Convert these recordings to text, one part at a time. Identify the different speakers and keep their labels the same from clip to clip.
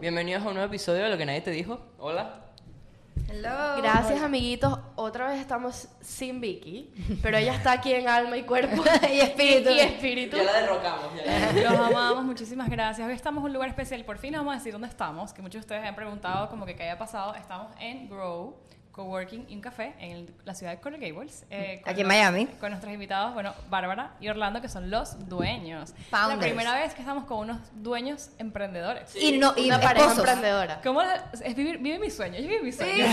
Speaker 1: Bienvenidos a un nuevo episodio de Lo que nadie te dijo. Hola.
Speaker 2: Hello.
Speaker 3: Gracias, amiguitos. Otra vez estamos sin Vicky, pero ella está aquí en alma y cuerpo
Speaker 2: Y espíritu.
Speaker 3: Y, y espíritu.
Speaker 1: Ya la derrocamos. Ya la
Speaker 4: Los amamos, muchísimas gracias. Hoy estamos en un lugar especial. Por fin nos vamos a decir dónde estamos, que muchos de ustedes han preguntado como que qué haya pasado. Estamos en Grow, Coworking y un café en el- la ciudad de Coral Gables. eh, con
Speaker 2: Aquí en
Speaker 4: nos-
Speaker 2: Miami.
Speaker 4: Con nuestros invitados, bueno, Bárbara y Orlando, que son los dueños.
Speaker 2: Founders.
Speaker 4: La primera vez que estamos con unos dueños emprendedores.
Speaker 2: Y no, y
Speaker 3: Una pareja
Speaker 2: esposos.
Speaker 3: emprendedora.
Speaker 4: ¿Cómo la- es vivir, vive mi sueño? Yo vivo mi sueño.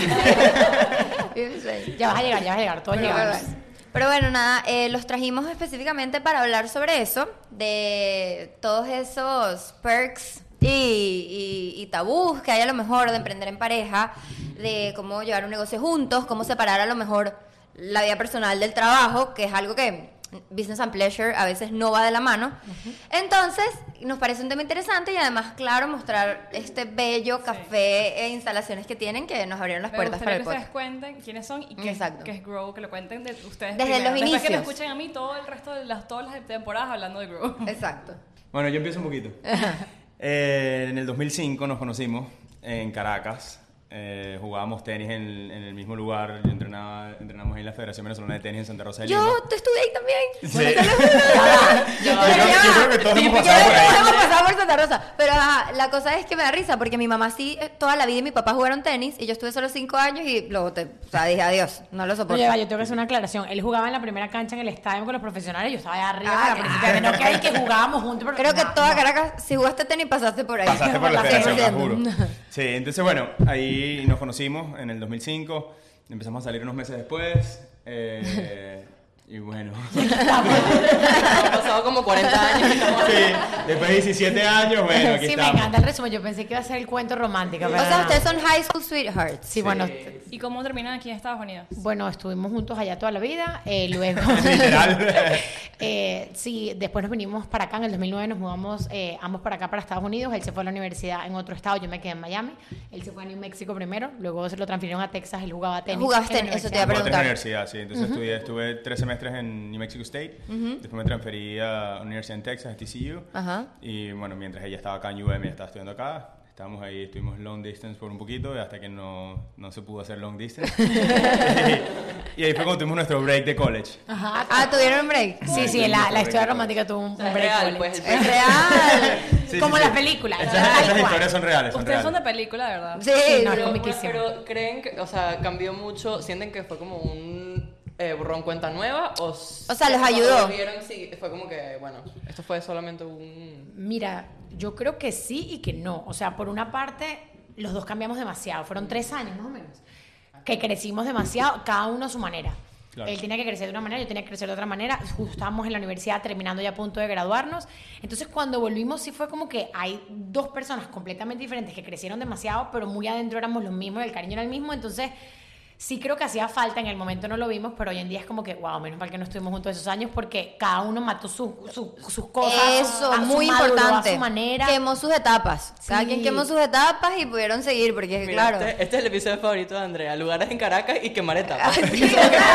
Speaker 2: Pero
Speaker 3: Ya vas a llegar, ya vas a llegar, todos llegamos.
Speaker 2: bueno. Pero bueno, nada, eh, los trajimos específicamente para hablar sobre eso, de todos esos perks y, y- y tabús que hay a lo mejor de emprender en pareja, de cómo llevar un negocio juntos, cómo separar a lo mejor la vida personal del trabajo, que es algo que business and pleasure a veces no va de la mano. Entonces, nos parece un tema interesante y además, claro, mostrar este bello café e instalaciones que tienen que nos abrieron las
Speaker 4: Me
Speaker 2: puertas
Speaker 4: gustaría
Speaker 2: para el
Speaker 4: que
Speaker 2: podcast.
Speaker 4: ustedes cuenten quiénes son y qué, es-
Speaker 2: Exacto.
Speaker 4: qué es Grow, que lo cuenten de ustedes
Speaker 2: Desde
Speaker 4: primero.
Speaker 2: los
Speaker 4: Después que me
Speaker 2: inicios.
Speaker 4: escuchen a mí todo el resto de las, todas las temporadas hablando de Grow.
Speaker 2: Exacto.
Speaker 5: Bueno, yo empiezo un poquito. Eh, en el 2005 nos conocimos en Caracas. Eh, jugábamos tenis en, en el mismo lugar. Yo entrenaba, entrenamos en la Federación Venezolana de Tenis en Santa Rosa de Lima.
Speaker 2: Yo te estudié ahí también.
Speaker 5: Sí.
Speaker 2: Bueno, te lo juro.
Speaker 1: Ya
Speaker 5: Yo
Speaker 1: va,
Speaker 5: creo-
Speaker 2: ya
Speaker 5: yo
Speaker 2: va.
Speaker 5: creo que todos hemos
Speaker 2: Yo
Speaker 5: pasado por ahí.
Speaker 2: hemos pasado por Santa Rosa. Pero ajá, la cosa es que me da risa porque mi mamá sí, eh, toda la vida y mi papá jugaron tenis y yo estuve solo cinco años y luego te, o sea, dije adiós, no lo soporto.
Speaker 6: Oye, va, yo tengo que hacer una aclaración. Él jugaba en la primera cancha en el estadio con los profesionales. Yo estaba allá arriba
Speaker 2: Ah,
Speaker 6: con la principiante. No que hay que jugábamos juntos. pero
Speaker 2: Creo que
Speaker 6: no,
Speaker 2: toda
Speaker 6: no.
Speaker 2: Caracas, si jugaste tenis, pasaste por ahí.
Speaker 5: Pasaste por la
Speaker 2: Sí,
Speaker 5: federación, te
Speaker 2: siento.
Speaker 5: juro. Sí, entonces bueno, ahí nos conocimos en el 2005, empezamos a salir unos meses después eh, y bueno, sí,
Speaker 1: Han pasado como 40 años. y estamos-
Speaker 5: después de 17 años, bueno, aquí
Speaker 6: Sí,
Speaker 5: estamos.
Speaker 6: me encanta el resumen. Yo pensé que iba a ser el cuento romántico.
Speaker 2: O
Speaker 6: pero
Speaker 2: sea,
Speaker 6: no.
Speaker 2: ustedes son high school sweethearts.
Speaker 6: Sí, bueno.
Speaker 4: ¿Y cómo terminan aquí en Estados Unidos?
Speaker 6: Bueno, estuvimos juntos allá toda la vida. eh, luego.
Speaker 5: Literal.
Speaker 6: Eh, sí, después nos vinimos para acá. En el 2009 nos mudamos eh, ambos para acá, para Estados Unidos. Él se fue a la universidad en otro estado. Yo me quedé en Miami. Él se fue a New Mexico primero. Luego se lo transfirieron a Texas. Él jugaba tenis.
Speaker 2: Jugabas
Speaker 6: en la
Speaker 2: tenis, eso te
Speaker 6: universidad.
Speaker 2: iba a
Speaker 5: Cuatro en
Speaker 2: preguntar.
Speaker 5: la universidad, sí. Entonces estudié, estuve tres semestres en New Mexico State. Después me transferí a la Universidad en Texas, a TCU.
Speaker 2: Ajá.
Speaker 5: Y bueno, mientras ella estaba acá en UM, ella estaba estudiando acá. Estábamos ahí, estuvimos long distance por un poquito, hasta que no, no se pudo hacer long distance. y, ahí fue cuando tuvimos nuestro break de college.
Speaker 6: Ajá.
Speaker 2: Ah, ¿tuvieron un break?
Speaker 6: Sí, sí, la, la historia romántica tuvo un, un
Speaker 1: Es
Speaker 6: break
Speaker 1: real,
Speaker 6: bullet.
Speaker 1: pues. el-
Speaker 2: Es real.
Speaker 5: Sí,
Speaker 6: Como
Speaker 5: sí, sí.
Speaker 6: las películas.
Speaker 5: Esas,
Speaker 6: tal
Speaker 5: esas
Speaker 6: cual.
Speaker 5: historias son reales, son
Speaker 4: Ustedes son de
Speaker 5: reales.
Speaker 4: película, ¿verdad?
Speaker 2: Sí,
Speaker 6: Sí,
Speaker 2: bro.
Speaker 6: no, es
Speaker 1: Pero,
Speaker 6: comiquísimo.
Speaker 1: pero creen que, o sea, cambió mucho. ¿Sienten que fue como un eh, borrón cuenta nueva? O, o
Speaker 2: sea, les ayudó.
Speaker 1: Vieron, sí, fue como que, bueno, esto fue solamente un.
Speaker 6: Mira, yo creo que sí y que no. O sea, por una parte, los dos cambiamos demasiado. Fueron tres años más o menos. Que crecimos demasiado, cada uno a su manera.
Speaker 5: Claro.
Speaker 6: Él tenía que crecer de una manera, yo tenía que crecer de otra manera. Justo estábamos en la universidad terminando ya a punto de graduarnos. Entonces, cuando volvimos, sí fue como que hay dos personas completamente diferentes que crecieron demasiado, pero muy adentro éramos los mismos, el cariño era el mismo. Entonces, sí creo que hacía falta. En el momento no lo vimos, pero hoy en día es como que, wow, menos mal que no estuvimos juntos esos años porque cada uno mató su- su- sus cosas.
Speaker 2: Eso,
Speaker 6: a su
Speaker 2: muy
Speaker 6: maduró,
Speaker 2: importante.
Speaker 6: A su manera.
Speaker 2: Quemó sus etapas. Cada
Speaker 6: Sí.
Speaker 2: quien quemó sus etapas y pudieron seguir, porque
Speaker 1: Mira,
Speaker 2: claro.
Speaker 1: Este, este es el episodio favorito de Andrea: lugares en Caracas y quemar etapas.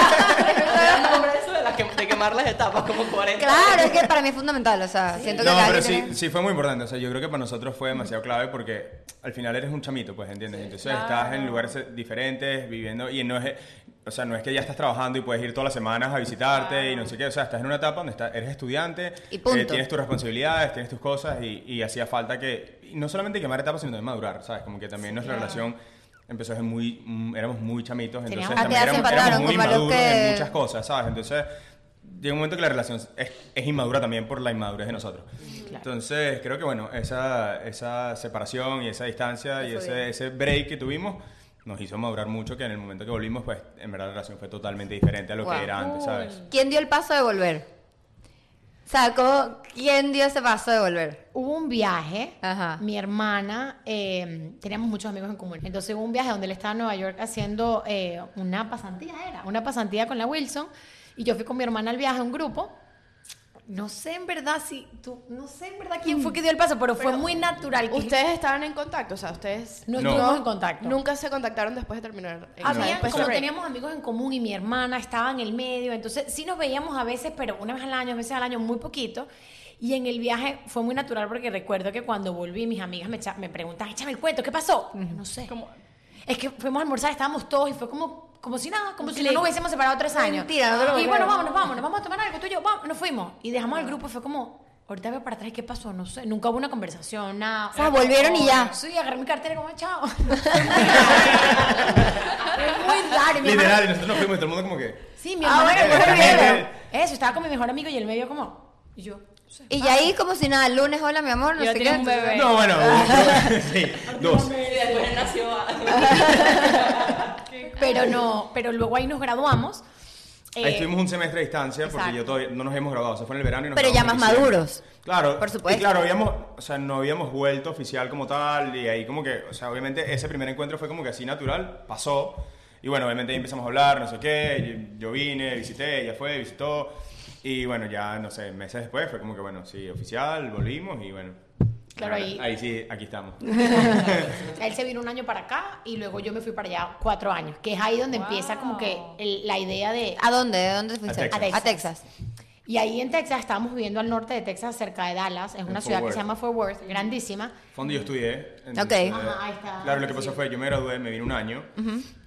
Speaker 2: claro,
Speaker 1: Nombra eso de, las que- de quemar las etapas, como 40.
Speaker 2: Claro, es que para mí es fundamental, o sea, siento que
Speaker 5: No,
Speaker 2: cada
Speaker 5: pero
Speaker 2: quien
Speaker 5: sí,
Speaker 2: tiene-
Speaker 5: sí fue muy importante. O sea, yo creo que para nosotros fue demasiado clave porque al final eres un chamito, pues, ¿entiendes? Entonces estás en lugares diferentes, viviendo y no es... O sea, no es que ya estás trabajando y puedes ir todas las semanas a visitarte y no sé qué. O sea, estás en una etapa donde estás- eres estudiante, eh,
Speaker 2: Y punto.
Speaker 5: tienes tus responsabilidades, tienes tus cosas y, y hacía falta que... y no solamente quemar etapas, sino también madurar, ¿sabes? Como que también nuestra relación empezó a ser muy... mm, éramos muy chamitos, entonces
Speaker 6: Teníamos-
Speaker 5: también
Speaker 2: Ah, te
Speaker 5: éramos,
Speaker 2: separaron
Speaker 5: éramos muy
Speaker 2: con varios
Speaker 5: maduros
Speaker 2: que-
Speaker 5: en muchas cosas, ¿sabes? Entonces, llega un momento que la relación es, es inmadura también por la inmadurez de nosotros. Entonces, creo que bueno, esa, esa separación y esa distancia y
Speaker 2: Eso
Speaker 5: ese,
Speaker 2: bien.
Speaker 5: ese break que tuvimos nos hizo madurar mucho que en el momento que volvimos, pues en verdad la relación fue totalmente diferente a lo
Speaker 2: Wow.
Speaker 5: que era antes, ¿sabes?
Speaker 2: ¿Quién dio el paso de volver? O sea, ¿cómo- ¿quién dio ese paso de volver?
Speaker 6: Hubo un viaje,
Speaker 2: Ajá.
Speaker 6: mi hermana, eh, teníamos muchos amigos en común, entonces hubo un viaje donde él estaba en Nueva York haciendo eh, una pasantía, era, una pasantía con la Wilson, y yo fui con mi hermana al viaje a un grupo. No sé en verdad si tú, no sé en verdad quién fue que dio el paso, pero, fue muy natural. que-
Speaker 3: Ustedes estaban en contacto, o sea, ustedes
Speaker 6: no
Speaker 5: No.
Speaker 6: estuvimos en contacto.
Speaker 3: nunca se contactaron después de terminar. eh, o sea,
Speaker 6: Habían-
Speaker 3: después
Speaker 6: como
Speaker 3: del break.
Speaker 6: teníamos amigos en común y mi hermana estaba en el medio, entonces sí nos veíamos a veces, pero una vez al año, a veces al año, muy poquito. Y en el viaje fue muy natural porque recuerdo que cuando volví, mis amigas me, echa- me preguntan, échame el cuento, ¿qué pasó? No sé.
Speaker 4: Como-
Speaker 6: Es que fuimos a almorzar, estábamos todos y fue como, como si nada, como si no
Speaker 2: clic.
Speaker 6: nos hubiésemos separado tres años.
Speaker 2: Mentira, no te lo
Speaker 6: Y
Speaker 2: creo.
Speaker 6: bueno, vámonos, vámonos, vamos a tomar algo, tú y yo, vamos, nos fuimos. Y dejamos al grupo y fue como, ahorita veo para atrás y qué pasó, no sé, nunca hubo una conversación, nada.
Speaker 2: sea, volvieron y ya.
Speaker 6: Sí, agarré mi cartera y como, chao. Fue muy raro. y mi hermana-
Speaker 5: Literal, y nosotros nos fuimos y todo el mundo como que...
Speaker 6: Sí, mi
Speaker 2: Ah,
Speaker 6: hermana.
Speaker 2: bueno,
Speaker 6: me-
Speaker 5: volvieron.
Speaker 6: Eso, estaba con mi mejor amigo y él me vio como, y yo, no sé.
Speaker 2: Y ya ahí como si nada, lunes, hola mi amor, no
Speaker 4: Ya
Speaker 2: sé qué.
Speaker 4: tienes un bebé.
Speaker 5: No, bueno, sí, dos.
Speaker 1: Y después nació.
Speaker 6: Pero no, pero luego ahí nos graduamos. Eh,
Speaker 5: Ahí estuvimos un semestre a distancia porque
Speaker 6: exacto.
Speaker 5: yo todavía no nos hemos graduado, se fue en el verano y nos
Speaker 2: Pero ya
Speaker 5: graduamos en
Speaker 2: más
Speaker 5: diciembre.
Speaker 2: maduros.
Speaker 5: Claro.
Speaker 2: Por supuesto.
Speaker 5: Y claro, habíamos, o sea, no habíamos vuelto oficial como tal y ahí como que, o sea, obviamente ese primer encuentro fue como que así natural, pasó. Y bueno, obviamente ahí empezamos a hablar, no sé qué, y yo vine, visité, ella fue, visitó. Y bueno, ya, no sé, meses después fue como que, bueno, sí, oficial, volvimos y bueno.
Speaker 6: Claro,
Speaker 5: ahora-
Speaker 6: ahí-
Speaker 5: Ahí sí, aquí estamos.
Speaker 6: Él se vino un año para acá y luego yo me fui para allá cuatro años, que es ahí donde empieza como que el- la idea de...
Speaker 2: ¿A dónde? ¿De dónde fuiste?
Speaker 5: A
Speaker 6: Texas.
Speaker 2: A Texas.
Speaker 6: Y ahí en Texas, estábamos viviendo al norte de Texas, cerca de Dallas, es una
Speaker 5: Fort
Speaker 6: ciudad que
Speaker 5: Worth.
Speaker 6: se llama Fort Worth, grandísima.
Speaker 5: Fondo yo estudié.
Speaker 2: Ok.
Speaker 6: Ajá, ahí está.
Speaker 5: Claro, lo que pasó
Speaker 6: Sí.
Speaker 5: fue yo me gradué, me vine un año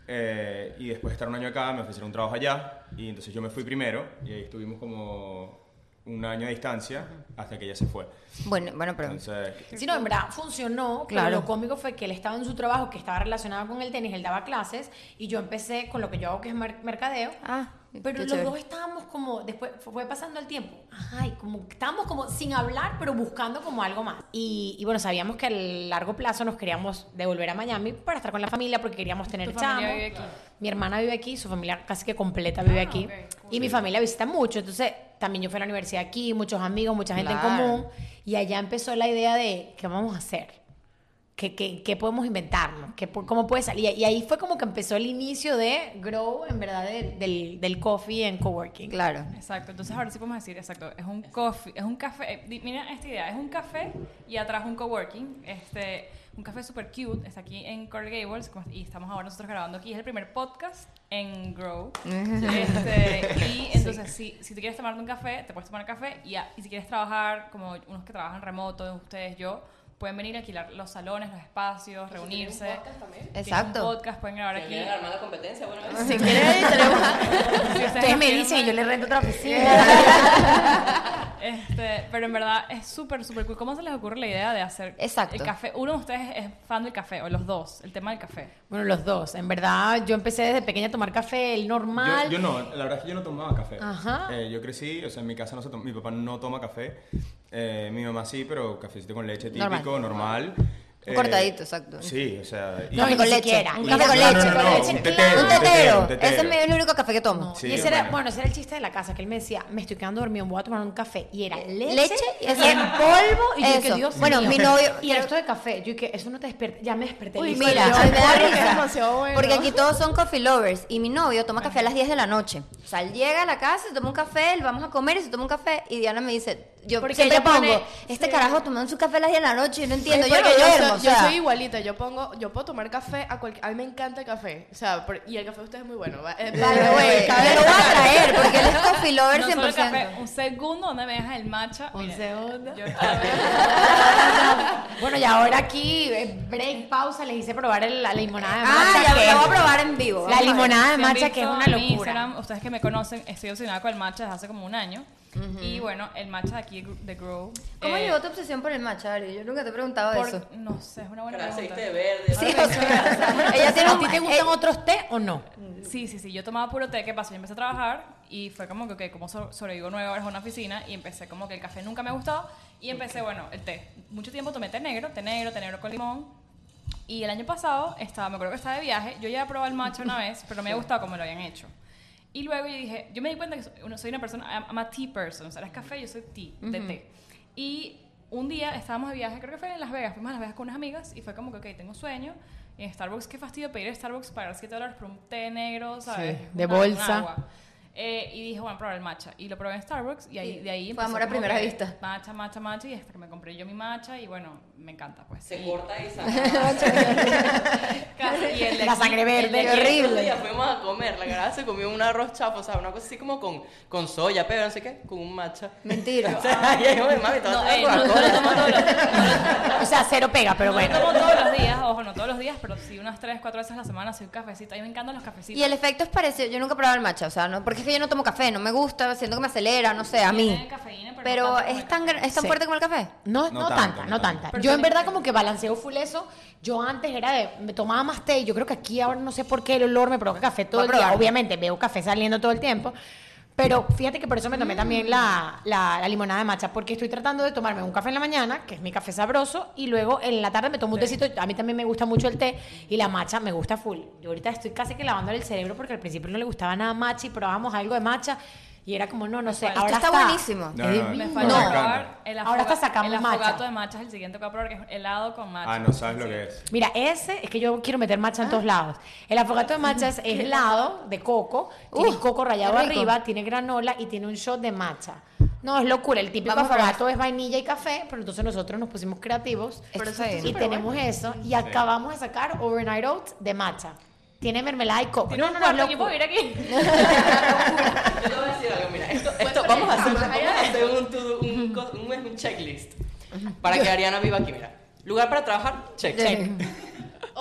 Speaker 5: eh, y después de estar un año acá me ofrecieron un trabajo allá y entonces yo me fui primero y ahí estuvimos como un año a distancia hasta que ella se fue.
Speaker 2: Bueno, bueno, pero...
Speaker 5: Entonces,
Speaker 6: Sí, no, en verdad funcionó. Claro.
Speaker 2: Claro.
Speaker 6: lo cómico fue que él estaba en su trabajo que estaba relacionado con el tenis, él daba clases y yo empecé con lo que yo hago que es mer- mercadeo.
Speaker 2: Ah, qué
Speaker 6: pero los
Speaker 2: chévere.
Speaker 6: dos estábamos como, después fue fue pasando el tiempo, ay, como estábamos como sin hablar, pero buscando como algo más. Y, y bueno, sabíamos que a largo plazo nos queríamos devolver a Miami para estar con la familia porque queríamos tener
Speaker 4: ¿Tu familia
Speaker 6: chamo.
Speaker 4: vive aquí?
Speaker 6: Mi hermana vive aquí, su familia casi que completa vive
Speaker 4: Ah,
Speaker 6: aquí.
Speaker 4: ok,
Speaker 6: Y mi familia visita mucho, entonces también yo fui a la universidad aquí, muchos amigos, mucha gente en
Speaker 2: Claro.
Speaker 6: común. Y allá empezó la idea de qué vamos a hacer, qué, qué, qué podemos inventarnos, ¿Qué, po- cómo puede salir. Y ahí fue como que empezó el inicio de Grow, en verdad, de- del, del coffee en coworking.
Speaker 2: Claro.
Speaker 4: Exacto, entonces ahora sí podemos decir, exacto, es un coffee, es un café, eh, di- mira esta idea, es un café y atrás un coworking, este, un café super cute, está aquí en Coral Gables como- y estamos ahora nosotros grabando aquí, es el primer podcast en Grow, este, y entonces si, si tú quieres tomarte un café, te puedes tomar un café y, a- y si quieres trabajar, como unos que trabajan remoto, ustedes, yo, pueden venir a alquilar los salones, los espacios, reunirse. Tienen
Speaker 2: Exacto.
Speaker 4: Un podcast, pueden grabar
Speaker 1: Ahora
Speaker 4: aquí.
Speaker 1: quieren armar la competencia, bueno,
Speaker 2: Si quieres, tenemos...
Speaker 4: Si
Speaker 6: Ustedes
Speaker 4: no
Speaker 6: me
Speaker 4: quieren
Speaker 6: dicen y
Speaker 4: más-
Speaker 6: yo les rento otra oficina.
Speaker 4: Este, pero en verdad es súper, súper cool. ¿Cómo se les ocurre la idea de hacer
Speaker 2: Exacto.
Speaker 4: el café? Uno de ustedes es fan del café, o los dos, el tema del café.
Speaker 6: Bueno, los dos. En verdad, yo empecé desde pequeña a tomar café, el normal.
Speaker 5: Yo, yo no, la verdad es que yo no tomaba café.
Speaker 6: Ajá.
Speaker 5: Eh, yo crecí, o sea, en mi casa no se toma, mi papá no toma café, eh, mi mamá sí, pero cafecito con leche típico, normal. Eh,
Speaker 2: cortadito, exacto.
Speaker 5: Sí, o sea. y-
Speaker 6: No,
Speaker 2: Café
Speaker 6: ni
Speaker 2: con leche.
Speaker 6: siquiera.
Speaker 2: Un
Speaker 5: y-
Speaker 2: café con
Speaker 5: no, no,
Speaker 2: leche.
Speaker 5: no,
Speaker 6: con
Speaker 5: no,
Speaker 6: leche,
Speaker 5: un
Speaker 6: claro.
Speaker 5: tetero,
Speaker 2: Un
Speaker 5: un tetero,
Speaker 2: tetero.
Speaker 5: un
Speaker 2: Ese es mi-
Speaker 5: tetero.
Speaker 2: el único café que tomo.
Speaker 6: No.
Speaker 5: Sí,
Speaker 6: y ese era,
Speaker 5: hermana.
Speaker 6: bueno, ese era el chiste de la casa, que él me decía, me estoy quedando dormido, me voy a tomar un café. Y era leche,
Speaker 2: Eh, Leche,
Speaker 6: y
Speaker 2: eso.
Speaker 6: en polvo, y yo
Speaker 2: Eso.
Speaker 6: que Dios
Speaker 2: Bueno,
Speaker 6: mío.
Speaker 2: mi novio-
Speaker 6: Y el resto de café, yo que eso no te despierta, ya me desperté.
Speaker 3: Uy,
Speaker 6: Y fue
Speaker 2: Mira,
Speaker 6: yo,
Speaker 2: me da
Speaker 3: porque es
Speaker 2: risa.
Speaker 3: demasiado bueno.
Speaker 2: Porque aquí todos son coffee lovers y mi novio toma café a las 10 de la noche. O sea, él llega a la casa, se toma un café, él vamos a comer y se toma un café. Y Diana me dice, yo
Speaker 6: Porque
Speaker 2: siempre
Speaker 6: ella pone-
Speaker 2: pongo, este carajo tomando su café a las 10 de la noche, yo no entiendo,
Speaker 3: Es
Speaker 2: yo no
Speaker 3: porque
Speaker 2: duermo.
Speaker 3: soy,
Speaker 2: o
Speaker 3: yo
Speaker 2: sea.
Speaker 3: soy igualita, yo pongo, yo puedo tomar café a cualquier, a mí me encanta el café, o sea, por- y el café de ustedes es muy bueno, va- eh, by the way,
Speaker 2: Eh,
Speaker 3: cabe
Speaker 2: me lo voy a
Speaker 3: destacar.
Speaker 2: traer porque él es coffee lover
Speaker 4: No solo el café,
Speaker 2: 100%.
Speaker 4: un segundo donde me dejas el matcha.
Speaker 6: Un
Speaker 4: Mira,
Speaker 6: segundo.
Speaker 4: yo quiero ver-
Speaker 6: Bueno, y ahora aquí, eh, break, pausa, les hice probar el- la limonada
Speaker 2: Ah,
Speaker 6: de matcha.
Speaker 2: ya
Speaker 6: que-
Speaker 2: lo voy a probar en vivo.
Speaker 6: La
Speaker 2: vamos a ver.
Speaker 6: limonada de
Speaker 4: Si han
Speaker 6: matcha, que es
Speaker 4: visto
Speaker 6: una
Speaker 4: mi
Speaker 6: locura.
Speaker 4: Instagram, ustedes que me conocen, estoy obsesionada con el matcha desde hace como un año. Y bueno, el matcha de aquí de Grow.
Speaker 2: ¿Cómo
Speaker 4: eh,
Speaker 2: llegó tu obsesión por el matcha, Ari? Yo nunca te he preguntado
Speaker 4: por-
Speaker 2: eso.
Speaker 4: No sé, es una buena
Speaker 1: Ahora
Speaker 4: pregunta.
Speaker 1: aceite verde.
Speaker 2: Sí, o sea, ella tiene
Speaker 6: ¿A
Speaker 2: un-
Speaker 6: ti te
Speaker 2: eh,
Speaker 6: gustan otros té o no?
Speaker 4: Sí, sí, sí. Yo tomaba puro té. ¿Qué pasó? Yo empecé a trabajar y fue como que, ok, como so- sobrevivo nueve horas en una oficina y empecé como que el café nunca me ha gustado y empecé, bueno, el té. Mucho tiempo tomé té negro, té negro, té negro con limón. Y el año pasado estaba, me acuerdo que estaba de viaje, yo ya había probado el matcha una vez, pero me había gustado como lo habían hecho. Y luego yo dije, yo me di cuenta que soy una- soy una persona, I'm- I'm a tea person, o sea, no es café, yo soy tea, de té. Y un día estábamos de viaje, creo que fue en Las Vegas, fuimos a Las Vegas con unas amigas y fue como que, ok, tengo sueño. En Starbucks, qué fastidio pedir a Starbucks pagar 7 dólares por un té negro, ¿sabes?
Speaker 6: Sí, de
Speaker 4: Una- un
Speaker 6: bolsa.
Speaker 4: agua. Eh, y dije, bueno, probar el matcha. Y lo probé en Starbucks y ahí,
Speaker 2: Sí,
Speaker 4: de ahí
Speaker 2: fue
Speaker 4: empezó
Speaker 2: amor a
Speaker 4: como
Speaker 2: primera
Speaker 4: que
Speaker 2: vista.
Speaker 4: Matcha, matcha, matcha. Y hasta que me compré yo mi matcha y bueno, me encanta pues.
Speaker 1: Se
Speaker 4: Y-
Speaker 1: corta y saca.
Speaker 4: Casi, y el de
Speaker 6: La
Speaker 4: aquí-
Speaker 6: sangre
Speaker 4: el de
Speaker 6: verde,
Speaker 4: aquí-
Speaker 6: horrible.
Speaker 1: Ya fuimos a comer, la cara se comió un arroz chapo, o sea, una cosa así como con, con soya, pero no sé qué, con un matcha.
Speaker 2: Mentira.
Speaker 1: O sea, y yo, mami, te vas a
Speaker 4: No,
Speaker 1: tomar
Speaker 4: eh, no, no,
Speaker 1: Coca-Cola".
Speaker 4: no, no, no, no.
Speaker 6: O sea, cero pega, pero
Speaker 4: No
Speaker 6: bueno.
Speaker 4: tomo todos los días, ojo, no todos los días, pero sí unas 3, 4 veces a la semana soy un cafecito. A mí me encantan los cafecitos.
Speaker 2: Y el efecto es parecido. Yo nunca he probado el matcha, o sea, no, porque es que yo no tomo café, no me gusta, siento que me acelera, no sé, a mí.
Speaker 4: Tiene cafeína, pero no
Speaker 2: Pero
Speaker 4: tanto como
Speaker 2: es
Speaker 4: el
Speaker 2: tan,
Speaker 4: café.
Speaker 2: gra- es tan
Speaker 6: Sí.
Speaker 2: fuerte como el café.
Speaker 5: No
Speaker 6: No, no,
Speaker 5: tanto,
Speaker 6: tanta,
Speaker 5: no
Speaker 6: no
Speaker 5: tanto.
Speaker 6: tanta.
Speaker 4: Pero
Speaker 6: Yo en
Speaker 4: tiene
Speaker 6: verdad
Speaker 4: que-
Speaker 6: como que balanceo full eso. Yo antes era de, me tomaba más té y yo creo que aquí ahora no sé por qué el olor me provoca café todo
Speaker 2: Va a
Speaker 6: el día.
Speaker 2: probarlo.
Speaker 6: Obviamente veo café saliendo todo el tiempo. Pero fíjate que por eso me
Speaker 2: Mm.
Speaker 6: tomé también la, la- la limonada de matcha, porque estoy tratando de tomarme un café en la mañana, que es mi café sabroso, y luego en la tarde me tomo un tecito. A mí también me gusta mucho el té y la matcha me gusta full. Yo ahorita estoy casi que lavándole el cerebro porque al principio no le gustaba nada matcha y probábamos algo de matcha y era como, no, no sé.
Speaker 4: Esto
Speaker 6: Ahora
Speaker 2: está buenísimo.
Speaker 5: No,
Speaker 6: es
Speaker 5: no,
Speaker 4: Me
Speaker 6: divino.
Speaker 5: No,
Speaker 4: falta
Speaker 5: me
Speaker 4: probar
Speaker 5: encanta.
Speaker 4: el
Speaker 6: Ahora hasta sacamos
Speaker 4: el
Speaker 6: matcha.
Speaker 4: afogato de matcha es el siguiente que voy a probar, que es helado con matcha.
Speaker 5: Ah, no sabes lo que es.
Speaker 6: Mira, ese es que yo quiero meter matcha
Speaker 2: Ah.
Speaker 6: en todos lados. El afogato de matcha es es helado de coco, tiene
Speaker 2: Uh,
Speaker 6: coco rallado
Speaker 2: qué rico.
Speaker 6: arriba, tiene granola y tiene un shot de matcha. No, es locura. El típico
Speaker 2: Vamos a probar.
Speaker 6: afogato es vainilla y café, pero entonces nosotros nos pusimos creativos
Speaker 2: Esto
Speaker 3: eso
Speaker 2: está
Speaker 6: y
Speaker 2: bien.
Speaker 6: tenemos eso. Y acabamos de sacar Overnight Oats de matcha. Tiene mermelada y coco.
Speaker 4: Tiene
Speaker 6: No,
Speaker 4: un
Speaker 6: no, no, es
Speaker 4: cuarto, yo puedo
Speaker 6: locura.
Speaker 4: ir aquí.
Speaker 1: Yo te voy a decir algo, mira, esto, esto vamos a hacer, vamos a hacer un, to-do, un, co- un, un checklist para que Ariana viva aquí, mira. Lugar para trabajar, check.
Speaker 2: Check.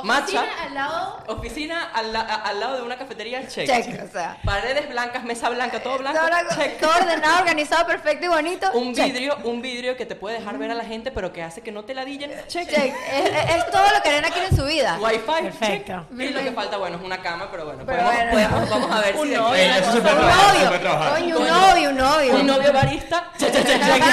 Speaker 1: Matcha.
Speaker 3: Oficina al lado.
Speaker 1: Oficina al, la- a- al lado de una cafetería, check.
Speaker 2: Check, o sea.
Speaker 1: Paredes blancas, mesa blanca, todo blanco,
Speaker 2: Todo, blanco,
Speaker 1: check.
Speaker 2: todo ordenado, organizado, perfecto y bonito.
Speaker 1: Un
Speaker 2: check.
Speaker 1: vidrio, un vidrio que te puede dejar ver a la gente, pero que hace que no te la dillen, check.
Speaker 2: Check. Es, es- es todo lo que Arena quiere en su vida.
Speaker 1: Wi-Fi,
Speaker 6: Perfecto.
Speaker 1: check. Y lo que falta, bueno, es una cama, pero bueno,
Speaker 2: Pero
Speaker 1: podemos,
Speaker 2: bueno.
Speaker 1: podemos- vamos a ver si... de-
Speaker 5: Eh, eso se puede
Speaker 2: un
Speaker 5: trabajar, se puede
Speaker 2: novio.
Speaker 5: trabajar.
Speaker 2: Coño, un novio, un novio.
Speaker 1: Un novio barista, check, check, check, check.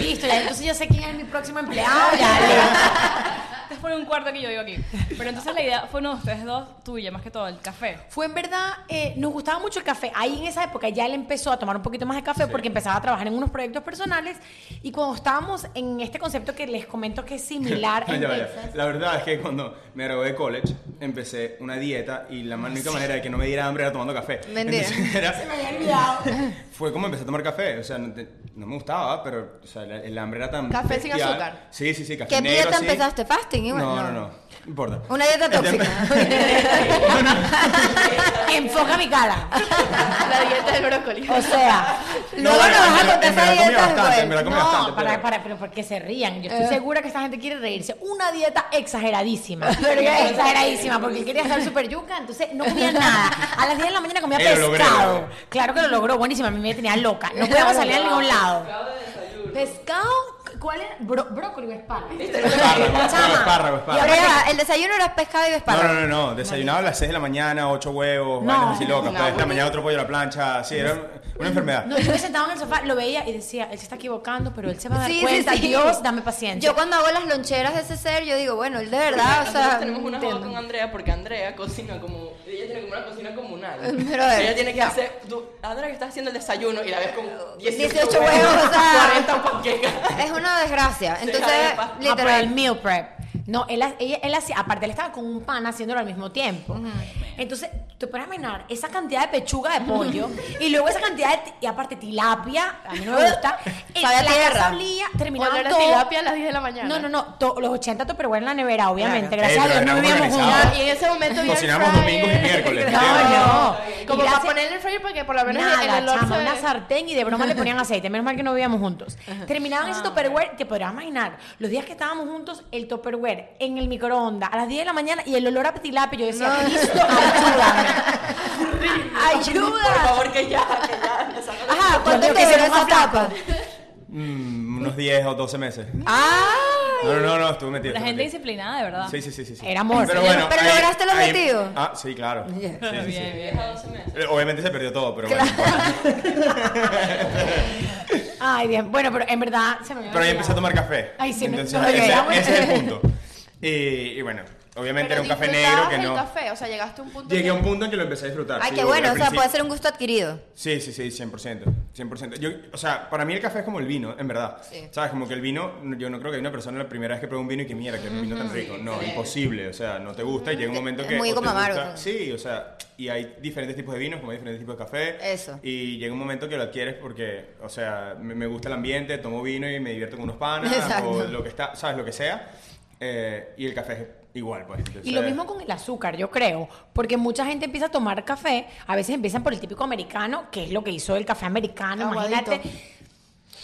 Speaker 6: Listo, ya, entonces ya sé quién es mi próximo empleado. Ah, Ya, le-
Speaker 4: Te pones un cuarto que yo vivo aquí. Pero entonces la idea fue uno de ustedes dos, tuya, más que todo, el café.
Speaker 6: Fue en verdad, eh, nos gustaba mucho el café. Ahí en esa época ya él empezó a tomar un poquito más de café porque empezaba a trabajar en unos proyectos personales. Y cuando estábamos en este concepto que les comento que es similar en
Speaker 5: Ah, Ya, ya.
Speaker 6: Texas.
Speaker 5: La verdad es que cuando me gradué de college empecé una dieta y la única manera de que no me diera hambre era tomando café.
Speaker 2: Mentira.
Speaker 5: Entonces, era- Fue como empecé a tomar café, o sea, no, te- no me gustaba, pero o sea, el, el hambre era tan
Speaker 3: Café sin
Speaker 5: bestial.
Speaker 3: azúcar.
Speaker 5: Sí, sí, sí, café
Speaker 2: ¿Qué
Speaker 5: negro
Speaker 2: dieta
Speaker 5: así.
Speaker 2: empezaste? ¿Fasting? Igual,
Speaker 5: no,
Speaker 2: no.
Speaker 5: no, no, no importa.
Speaker 2: Una dieta
Speaker 5: Este,
Speaker 2: tóxica.
Speaker 6: Enfoca mi cara.
Speaker 3: La dieta del brócoli.
Speaker 6: O sea,
Speaker 2: Luego
Speaker 5: bueno,
Speaker 2: nos vas a
Speaker 5: en
Speaker 2: contar
Speaker 5: verdad- en verdad
Speaker 2: esa
Speaker 5: comí
Speaker 2: dieta
Speaker 5: bastante, en
Speaker 2: después.
Speaker 5: verdad comí bastante,
Speaker 6: no, para,
Speaker 5: pero-
Speaker 6: para, pero porque se rían. Yo estoy
Speaker 2: Eh.
Speaker 6: segura que esta gente quiere reírse. Una dieta exageradísima. Pero ya exageradísima, porque él quería estar súper yuca, entonces no comía nada. A las 10 de la mañana comía
Speaker 5: Eh, lo logré,
Speaker 6: pescado.
Speaker 5: lo logré.
Speaker 6: Claro que lo logró, buenísima. A mí me tenía loca. No podíamos salir a ningún lado. Pescado, ¿cuál era? Bro- brócoli o espárrago.
Speaker 5: Este Espárrago, espárrago, espárrago,
Speaker 2: Y ahora
Speaker 5: espárrago.
Speaker 2: ya, el desayuno era pescado y
Speaker 5: No,
Speaker 2: espárrago.
Speaker 5: no, no, no, desayunaba a las 6 de la mañana, 8 huevos,
Speaker 6: No.
Speaker 5: vainas así
Speaker 2: No,
Speaker 5: locas, pero esta
Speaker 2: bueno.
Speaker 5: mañana otro pollo a la plancha, así, era una enfermedad.
Speaker 6: eh, No, yo me sentaba en el sofá, lo veía y decía, él se está equivocando, pero él se va a dar
Speaker 2: Sí, sí,
Speaker 6: cuenta.
Speaker 2: sí.
Speaker 6: Dios, dame paciencia.
Speaker 2: Yo cuando hago las loncheras de ese ser, yo digo, bueno, él de verdad,
Speaker 1: Nosotros
Speaker 2: o sea,
Speaker 1: tenemos una joda
Speaker 2: entiendo.
Speaker 1: con Andrea porque Andrea cocina como. Ella tiene como una cocina comunal.
Speaker 2: Pero,
Speaker 1: ella tiene que hacer. Tú, Andrea, que estás haciendo el desayuno y la ves con 18,
Speaker 2: 18 huevos, o sea.
Speaker 1: 40 panquecas.
Speaker 2: es una desgracia. Entonces,
Speaker 1: arepa. Ah,
Speaker 6: Ah, pero el
Speaker 2: literal.
Speaker 6: meal prep. No, él, ha- ella, él hacía, aparte él estaba con un pan haciéndolo al mismo tiempo. Entonces, tú puedes imaginar esa cantidad de pechuga de pollo y luego esa cantidad de, ti- y aparte tilapia, a mí no me gusta. En
Speaker 2: Sabe a
Speaker 6: la
Speaker 2: tierra.
Speaker 6: casa olía, terminaban
Speaker 3: Olor a
Speaker 6: todo-
Speaker 3: tilapia a las 10 de la mañana.
Speaker 6: No, no, no, to- los 80 Tupperware en la nevera, obviamente,
Speaker 5: Claro.
Speaker 6: gracias
Speaker 5: Ey,
Speaker 6: a Dios
Speaker 5: pero
Speaker 6: no
Speaker 5: éramos
Speaker 6: vivíamos
Speaker 5: organizados.
Speaker 6: juntos.
Speaker 3: Y en ese momento había
Speaker 5: Cocinamos
Speaker 3: air fryer.
Speaker 5: domingos y miércoles, ¿entiendes?
Speaker 6: No, no.
Speaker 3: Como
Speaker 6: Y
Speaker 3: para
Speaker 6: gracias-
Speaker 3: poner el fryer para que por lo menos
Speaker 6: Nada,
Speaker 3: el olor
Speaker 6: chama,
Speaker 3: se
Speaker 6: una sartén y de broma le ponían aceite. Menos mal que no vivíamos juntos. Terminaban
Speaker 3: Ah,
Speaker 6: ese Tupperware, te podrás imaginar, los días que estábamos juntos, el Tupperware en el microondas a las 10 de la mañana y el olor a petilape. Yo decía, Cristo, ayúdame.
Speaker 1: Por
Speaker 6: ¡Ayuda!
Speaker 1: favor, que ya, que ya. que salga la-
Speaker 6: Ajá,
Speaker 2: ¿Cuánto
Speaker 6: cuando
Speaker 2: te
Speaker 6: que se
Speaker 2: duró
Speaker 6: nos
Speaker 2: esa tapa?
Speaker 5: Mm, unos 10 o 12 meses.
Speaker 2: Ah,
Speaker 5: No, no, no, no, estuve metido.
Speaker 4: La
Speaker 5: estuve
Speaker 4: gente
Speaker 5: metido.
Speaker 4: disciplinada, de verdad.
Speaker 5: Sí, sí, sí, sí, sí.
Speaker 6: Era amor.
Speaker 5: Pero
Speaker 6: Pero-
Speaker 5: bueno,
Speaker 2: pero
Speaker 5: ahí-
Speaker 2: lograste el
Speaker 5: ahí-
Speaker 2: objetivo.
Speaker 5: Ah, sí, claro. Sí, sí, sí.
Speaker 4: Bien, bien.
Speaker 5: Eh, Obviamente se perdió todo, pero bueno.
Speaker 6: Ay, bien. Bueno, pero en verdad se me había
Speaker 5: Pero ahí empecé a
Speaker 6: olvidado.
Speaker 5: tomar café.
Speaker 6: Ay, sí, me-
Speaker 5: Entonces,
Speaker 6: ok,
Speaker 5: ese,
Speaker 6: vamos.
Speaker 5: ese es el punto. Y, y bueno, Obviamente era un
Speaker 3: Pero
Speaker 5: café negro
Speaker 3: disfrutabas
Speaker 5: que
Speaker 3: el
Speaker 5: no.
Speaker 3: café, o sea, llegaste a un punto
Speaker 5: Llegué a
Speaker 3: que-
Speaker 5: un punto en que lo empecé a disfrutar.
Speaker 2: Ay,
Speaker 5: sí,
Speaker 2: qué bueno, o
Speaker 5: al
Speaker 2: sea,
Speaker 5: principio.
Speaker 2: puede ser un gusto adquirido.
Speaker 5: Sí, sí, sí, 100%. 100%. Yo, o sea, para mí el café es como el vino, en verdad.
Speaker 2: Sí.
Speaker 5: ¿Sabes? Como que el vino, yo no creo que hay una persona la primera vez que prueba un vino y que mierda, que es un vino tan rico. No, imposible. O sea, no te gusta y llega un momento
Speaker 2: Es
Speaker 5: que.
Speaker 2: muy
Speaker 5: o te
Speaker 2: como amargo,
Speaker 5: gusta-
Speaker 2: ¿no?
Speaker 5: sí, o sea, y hay diferentes tipos de vinos, como hay diferentes tipos de café.
Speaker 2: Eso.
Speaker 5: Y llega un momento que lo adquieres porque, o sea, me, me gusta el ambiente, tomo vino y me divierto con unos panas
Speaker 2: Exacto.
Speaker 5: o lo que está, ¿sabes? Lo que sea. Eh, y el café es igual, pues.
Speaker 6: Y lo
Speaker 5: Entonces-
Speaker 6: mismo con el azúcar, yo creo, porque mucha gente empieza a tomar café, a veces empiezan por el típico americano, que es lo que hizo el café americano,
Speaker 3: Aguadito.
Speaker 6: imagínate.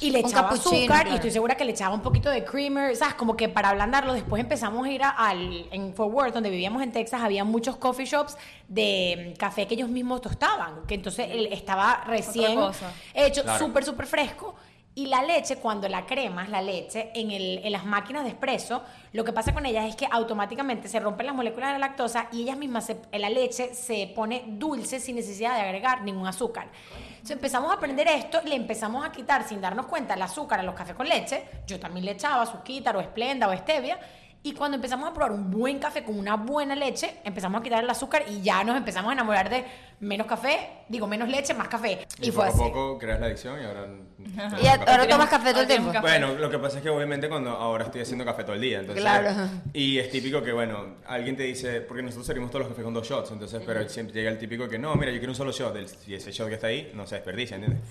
Speaker 6: Y le
Speaker 2: Un
Speaker 6: echaba
Speaker 2: cappuccino,
Speaker 6: azúcar
Speaker 2: claro.
Speaker 6: y estoy segura que le echaba un poquito de creamer, ¿sabes? Como que para ablandarlo. Después empezamos a ir a- al, en Fort Worth, donde vivíamos en Texas, había muchos coffee shops de mm, café que ellos mismos tostaban, que entonces él estaba recién
Speaker 4: cosa.
Speaker 6: hecho
Speaker 5: Claro.
Speaker 6: súper, súper fresco. Y la leche, cuando la cremas, la leche, en, el, en las máquinas de espresso, lo que pasa con ellas es que automáticamente se rompen las moléculas de la lactosa y ellas mismas, se- la leche se pone dulce sin necesidad de agregar ningún azúcar. Entonces empezamos a aprender esto, le empezamos a quitar sin darnos cuenta el azúcar a los cafés con leche. Yo también le echaba azúcar o esplenda o stevia. Y cuando empezamos a probar un buen café con una buena leche, empezamos a quitar el azúcar y ya nos empezamos a enamorar de menos café, digo menos leche, más café. Y,
Speaker 5: Y
Speaker 6: fue
Speaker 5: poco a
Speaker 6: así.
Speaker 5: poco creas la adicción y ahora.
Speaker 2: Y a- ahora
Speaker 4: Tenemos-
Speaker 2: tomas café todo el
Speaker 4: ahora tenemos
Speaker 2: tiempo.
Speaker 4: café.
Speaker 5: Bueno, lo que pasa es que obviamente cuando ahora estoy haciendo café todo el día, entonces
Speaker 2: Claro.
Speaker 5: y es típico que bueno, alguien te dice, porque nosotros servimos todos los cafés con dos shots, entonces pero siempre llega el típico que no, mira, yo quiero un solo shot, el- y ese shot que está ahí no se desperdicia, ¿entiendes?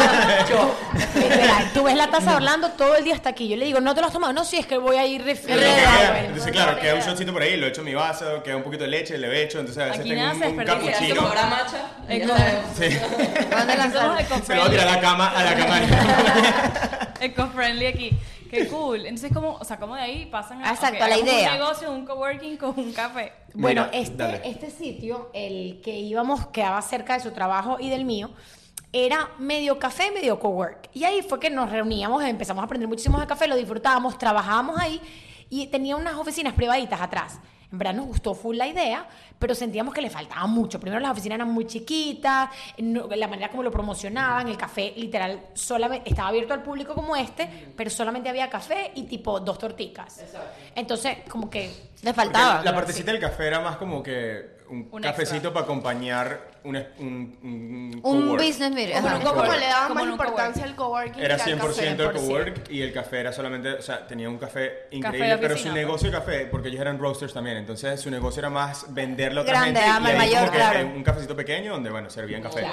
Speaker 6: Literal, tú ves la taza de Orlando todo el día hasta aquí. Yo le digo, no te lo has tomado. No, sí, es que voy a ir
Speaker 5: Pero
Speaker 6: refil.
Speaker 5: lo que
Speaker 6: Ah,
Speaker 5: queda-
Speaker 6: bueno.
Speaker 5: entonces claro, queda un shotcito por ahí, lo echo en mi vaso, queda un poquito de leche, le echo, entonces a veces
Speaker 4: Aquí nada
Speaker 5: tengo
Speaker 4: se
Speaker 5: un, un
Speaker 4: desperdicia,
Speaker 1: Si
Speaker 5: capuchino,
Speaker 4: ahora
Speaker 1: ahora macha,
Speaker 4: Eh,
Speaker 1: ya
Speaker 4: no.
Speaker 1: sabemos.
Speaker 2: ¿Dónde lanzar?
Speaker 4: Somos
Speaker 5: se lo voy a tirar a la cama, a la cama.
Speaker 4: Eco-friendly aquí. Qué cool. Entonces, como, o sea, como de ahí pasan
Speaker 2: Ah, exacto,
Speaker 4: ok,
Speaker 2: la
Speaker 4: hagamos
Speaker 2: idea.
Speaker 4: Un negocio, un coworking con un café.
Speaker 6: Bueno,
Speaker 5: Mira, dale.
Speaker 6: este, este sitio, el que íbamos, quedaba cerca de su trabajo y del mío, era medio café, medio cowork. Y ahí fue que nos reuníamos, empezamos a aprender muchísimo de café, lo disfrutábamos, trabajábamos ahí y tenía unas oficinas privaditas atrás. En verdad nos gustó full la idea, pero sentíamos que le faltaba mucho. Primero las oficinas eran muy chiquitas, no- la manera como lo promocionaban, el café literal solamente estaba abierto al público como este, pero solamente había café y tipo dos torticas. Entonces, como que
Speaker 2: Le
Speaker 5: Porque
Speaker 2: faltaba.
Speaker 5: La partecita del café era más como que un,
Speaker 4: Un
Speaker 5: cafecito
Speaker 4: extra.
Speaker 5: para acompañar un, es- un, un,
Speaker 2: Un
Speaker 5: cowork.
Speaker 2: business meeting,
Speaker 5: Ajá,
Speaker 2: ajá.
Speaker 5: un
Speaker 3: Como
Speaker 5: cowork.
Speaker 3: le daban
Speaker 4: Como
Speaker 3: más
Speaker 4: en un coworking.
Speaker 3: importancia al coworking
Speaker 5: Era
Speaker 3: que al
Speaker 5: 100%
Speaker 3: café,
Speaker 5: el
Speaker 3: por
Speaker 5: cowork
Speaker 3: cierto.
Speaker 5: y el café era solamente, o sea, tenía un café increíble,
Speaker 4: de
Speaker 5: pero
Speaker 4: oficina,
Speaker 5: su
Speaker 4: pues.
Speaker 5: negocio de café, porque ellos eran roasters también, entonces su negocio era más venderlo a otra
Speaker 2: Grande,
Speaker 5: gente y
Speaker 2: ama,
Speaker 5: ahí
Speaker 2: mayor,
Speaker 5: como que,
Speaker 2: claro.
Speaker 5: eh, un cafecito pequeño donde, bueno, servían café.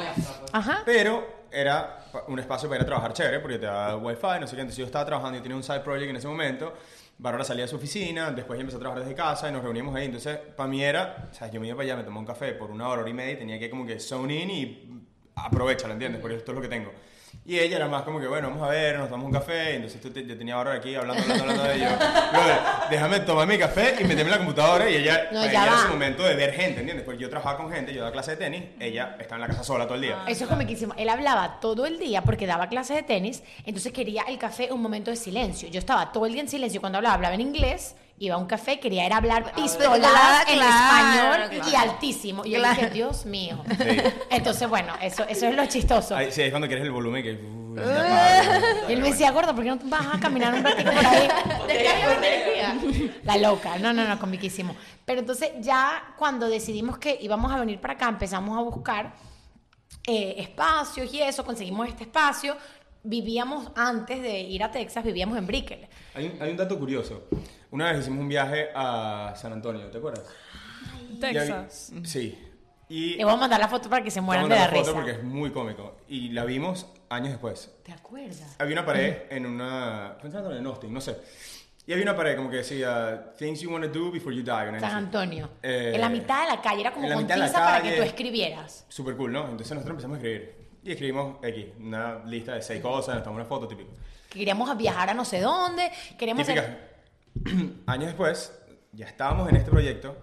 Speaker 6: Ajá.
Speaker 5: Pero era pa- un espacio para ir a trabajar chévere porque te da wifi, no sé qué. Entonces yo estaba trabajando y tenía un side project en ese momento. Bárbara salía de su oficina, después yo empecé a trabajar desde casa y nos reuníamos ahí. Entonces, para mí era, o sea, yo me iba para allá, me tomaba un café por una hora, hora y media y tenía que como que zone in y aprovecharlo, ¿entiendes? Porque esto es lo que tengo. Y ella era más como que, bueno, vamos a ver, nos tomamos un café. Y entonces tú te- yo tenía ahora aquí hablando, hablando, hablando. Y yo, brother, déjame tomar mi café y meterme en la computadora. Y ella,
Speaker 6: No,
Speaker 5: para ella
Speaker 6: ya
Speaker 5: era
Speaker 6: va.
Speaker 5: su momento de ver gente, ¿entiendes? Porque yo trabajaba con gente, yo daba clase de tenis, ella estaba en la casa sola todo el día.
Speaker 6: Eso es comiquísimo. Él hablaba todo el día porque daba clases de tenis, entonces quería el café un momento de silencio. Yo estaba todo el día en silencio cuando hablaba, hablaba en inglés, iba a un café, quería era hablar pistolada en
Speaker 2: Ah, claro,
Speaker 6: español y
Speaker 2: claro.
Speaker 6: altísimo. Y yo
Speaker 2: Claro.
Speaker 6: dije, Dios mío.
Speaker 5: Sí.
Speaker 6: Entonces, bueno, eso, eso es lo chistoso.
Speaker 5: Ahí, sí, es cuando quieres el volumen que... uh, la madre.
Speaker 6: Ah. Y él me decía, gordo, ¿por qué no vas a caminar un ratito por ahí? La loca, no, no, no, comiquísimo. Pero entonces ya cuando decidimos que íbamos a venir para acá, empezamos a buscar eh, espacios y eso, conseguimos este espacio. Vivíamos antes de ir a Texas, vivíamos en Brickell.
Speaker 5: Hay, un- hay un dato curioso. Una vez hicimos un viaje a San Antonio, ¿te acuerdas?
Speaker 4: Texas.
Speaker 5: Ya vi- Sí. Y
Speaker 6: Le voy a mandar la foto para que se
Speaker 5: vamos a
Speaker 6: mueran de
Speaker 5: mandar
Speaker 6: la
Speaker 5: la foto
Speaker 6: risa.
Speaker 5: porque es muy cómico. Y la vimos años después.
Speaker 6: ¿Te acuerdas?
Speaker 5: Había una pared
Speaker 6: Mm.
Speaker 5: en una... fue en San Antonio? En Austin, no sé. Y había una pared como que decía, things you want to do before you die. una
Speaker 6: San
Speaker 5: cosa así.
Speaker 6: Antonio.
Speaker 5: Eh,
Speaker 6: en la mitad de la calle, era como
Speaker 5: en la
Speaker 6: con
Speaker 5: mitad de la
Speaker 6: tiza para que
Speaker 5: calle.
Speaker 6: tú escribieras.
Speaker 5: Súper cool, ¿no? Entonces nosotros empezamos a escribir. Y escribimos X, una lista de seis cosas, nos tomamos una foto típica.
Speaker 6: Que Queríamos viajar a no sé dónde, queríamos hacer-
Speaker 5: Típica. Años después, ya estábamos en este proyecto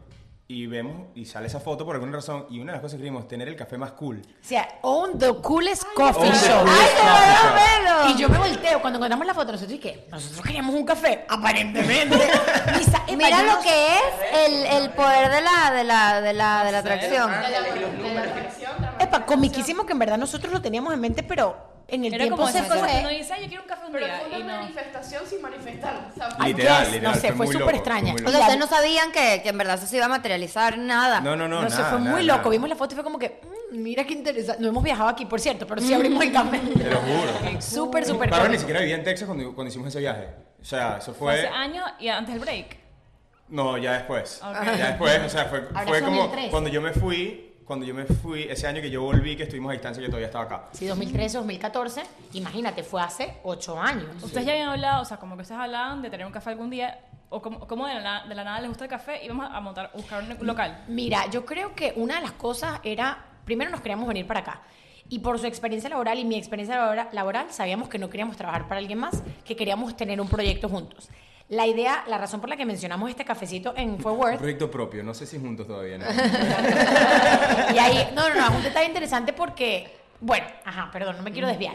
Speaker 5: y vemos y sale esa foto por alguna razón y una de las cosas que queríamos tener el café más cool.
Speaker 6: O sea, own the coolest coffee
Speaker 5: Own the
Speaker 6: shop.
Speaker 5: coolest
Speaker 6: Ay,
Speaker 5: coffee shop.
Speaker 6: Y yo me volteo cuando encontramos la foto, nosotros y que nosotros queríamos un café, aparentemente. Lisa, epa,
Speaker 2: Mira
Speaker 6: yo
Speaker 2: lo
Speaker 6: no-
Speaker 2: que es el, el poder de la, de la, de la, de la atracción.
Speaker 1: Ah, elegí los números.
Speaker 6: Epa, comiquísimo que en verdad nosotros lo teníamos en mente, pero en el
Speaker 4: Era
Speaker 6: tiempo
Speaker 4: como
Speaker 6: se
Speaker 4: esas cosas que uno
Speaker 6: fue.
Speaker 4: dice, "Ay, yo quiero un café un
Speaker 3: Pero
Speaker 4: día.
Speaker 3: fue
Speaker 4: y
Speaker 3: una
Speaker 4: no.
Speaker 3: manifestación sin manifestar. O sea,
Speaker 6: Ay,
Speaker 5: Literal,
Speaker 6: yes,
Speaker 5: literal.
Speaker 6: no sé, fue
Speaker 5: muy
Speaker 6: súper
Speaker 5: loco, fue muy
Speaker 6: extraña.
Speaker 2: O
Speaker 5: loco.
Speaker 2: sea, ustedes no sabían que, que en verdad eso se iba a materializar nada.
Speaker 5: No, no, no.
Speaker 6: Ah, No,
Speaker 5: nada,
Speaker 6: se fue
Speaker 5: nada,
Speaker 6: muy
Speaker 5: nada.
Speaker 6: loco. Vimos la foto y fue como que, "Mm, mira qué interesante. No hemos viajado aquí, por cierto, pero sí abrimos el café.
Speaker 5: Te lo juro.
Speaker 6: Súper, súper
Speaker 5: Bárbara ni
Speaker 6: cómico.
Speaker 5: siquiera vivía en Texas cuando, cuando hicimos ese viaje. O sea, eso
Speaker 4: Fue hace
Speaker 5: fue.
Speaker 4: años y antes del break.
Speaker 5: No, ya después.
Speaker 4: Ok.
Speaker 5: Ya después, o sea, fue,
Speaker 6: Ahora
Speaker 5: fue
Speaker 6: son el
Speaker 5: como.
Speaker 6: tres.
Speaker 5: Cuando yo me fui, cuando yo me fui, ese año que yo volví, que estuvimos a distancia, que todavía estaba acá.
Speaker 6: Sí, 2013, 2014. Imagínate, fue hace ocho años.
Speaker 4: Ustedes ya habían hablado, o sea, como que ustedes hablaban de tener un café algún día, o como, como de, la, na- de la nada les gusta el café y vamos a montar, buscar un local.
Speaker 6: Mira, yo creo que una de las cosas era, primero nos queríamos venir para acá. Y por su experiencia laboral y mi experiencia labora- laboral, sabíamos que no queríamos trabajar para alguien más, que queríamos tener un proyecto juntos. La idea, la razón por la que mencionamos este cafecito en Fort
Speaker 5: Un
Speaker 6: Worth
Speaker 5: proyecto propio, no sé si juntos todavía. ¿no?
Speaker 6: y ahí, no, no, no, es un detalle interesante porque, bueno, ajá, perdón, no me quiero desviar.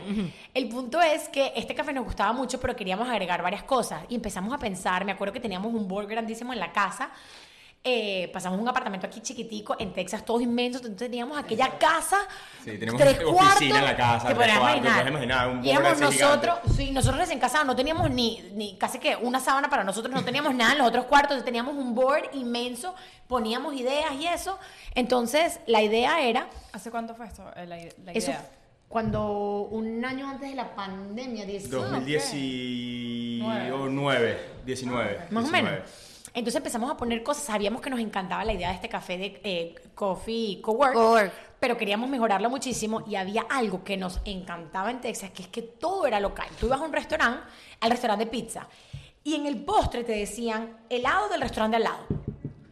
Speaker 6: El punto es que este café nos gustaba mucho, pero queríamos agregar varias cosas y empezamos a pensar, me acuerdo que teníamos un board grandísimo en la casa. eh, pasamos un apartamento aquí chiquitico en Texas, todos inmensos. Entonces teníamos aquella casa,
Speaker 5: Sí, tenemos
Speaker 6: tres
Speaker 5: oficina
Speaker 6: cuartos.
Speaker 5: en la casa,
Speaker 6: te
Speaker 5: tres
Speaker 6: podrás
Speaker 5: cuartos,
Speaker 6: imaginar.
Speaker 5: puedes imaginar, un
Speaker 6: y
Speaker 5: board
Speaker 6: éramos
Speaker 5: así gigante.
Speaker 6: nosotros, sí, nosotros recién casados, no teníamos ni, ni casi que una sábana para nosotros, no teníamos nada en los otros cuartos, teníamos un board inmenso, poníamos ideas y eso. Entonces, la idea era,
Speaker 4: ¿Hace cuánto fue esto? eh, La, i- la idea.
Speaker 6: eso cuando un año antes de la pandemia, 18,
Speaker 5: 2019, 19.
Speaker 6: más o
Speaker 5: 19.
Speaker 6: menos. Entonces empezamos a poner cosas, sabíamos que nos encantaba la idea de este café de eh, coffee cowork,
Speaker 2: Cowork.
Speaker 6: pero queríamos mejorarlo muchísimo y había algo que nos encantaba en Texas, que es que todo era local. Tú ibas a un restaurante, al restaurante de pizza, y en el postre te decían helado del restaurante al lado.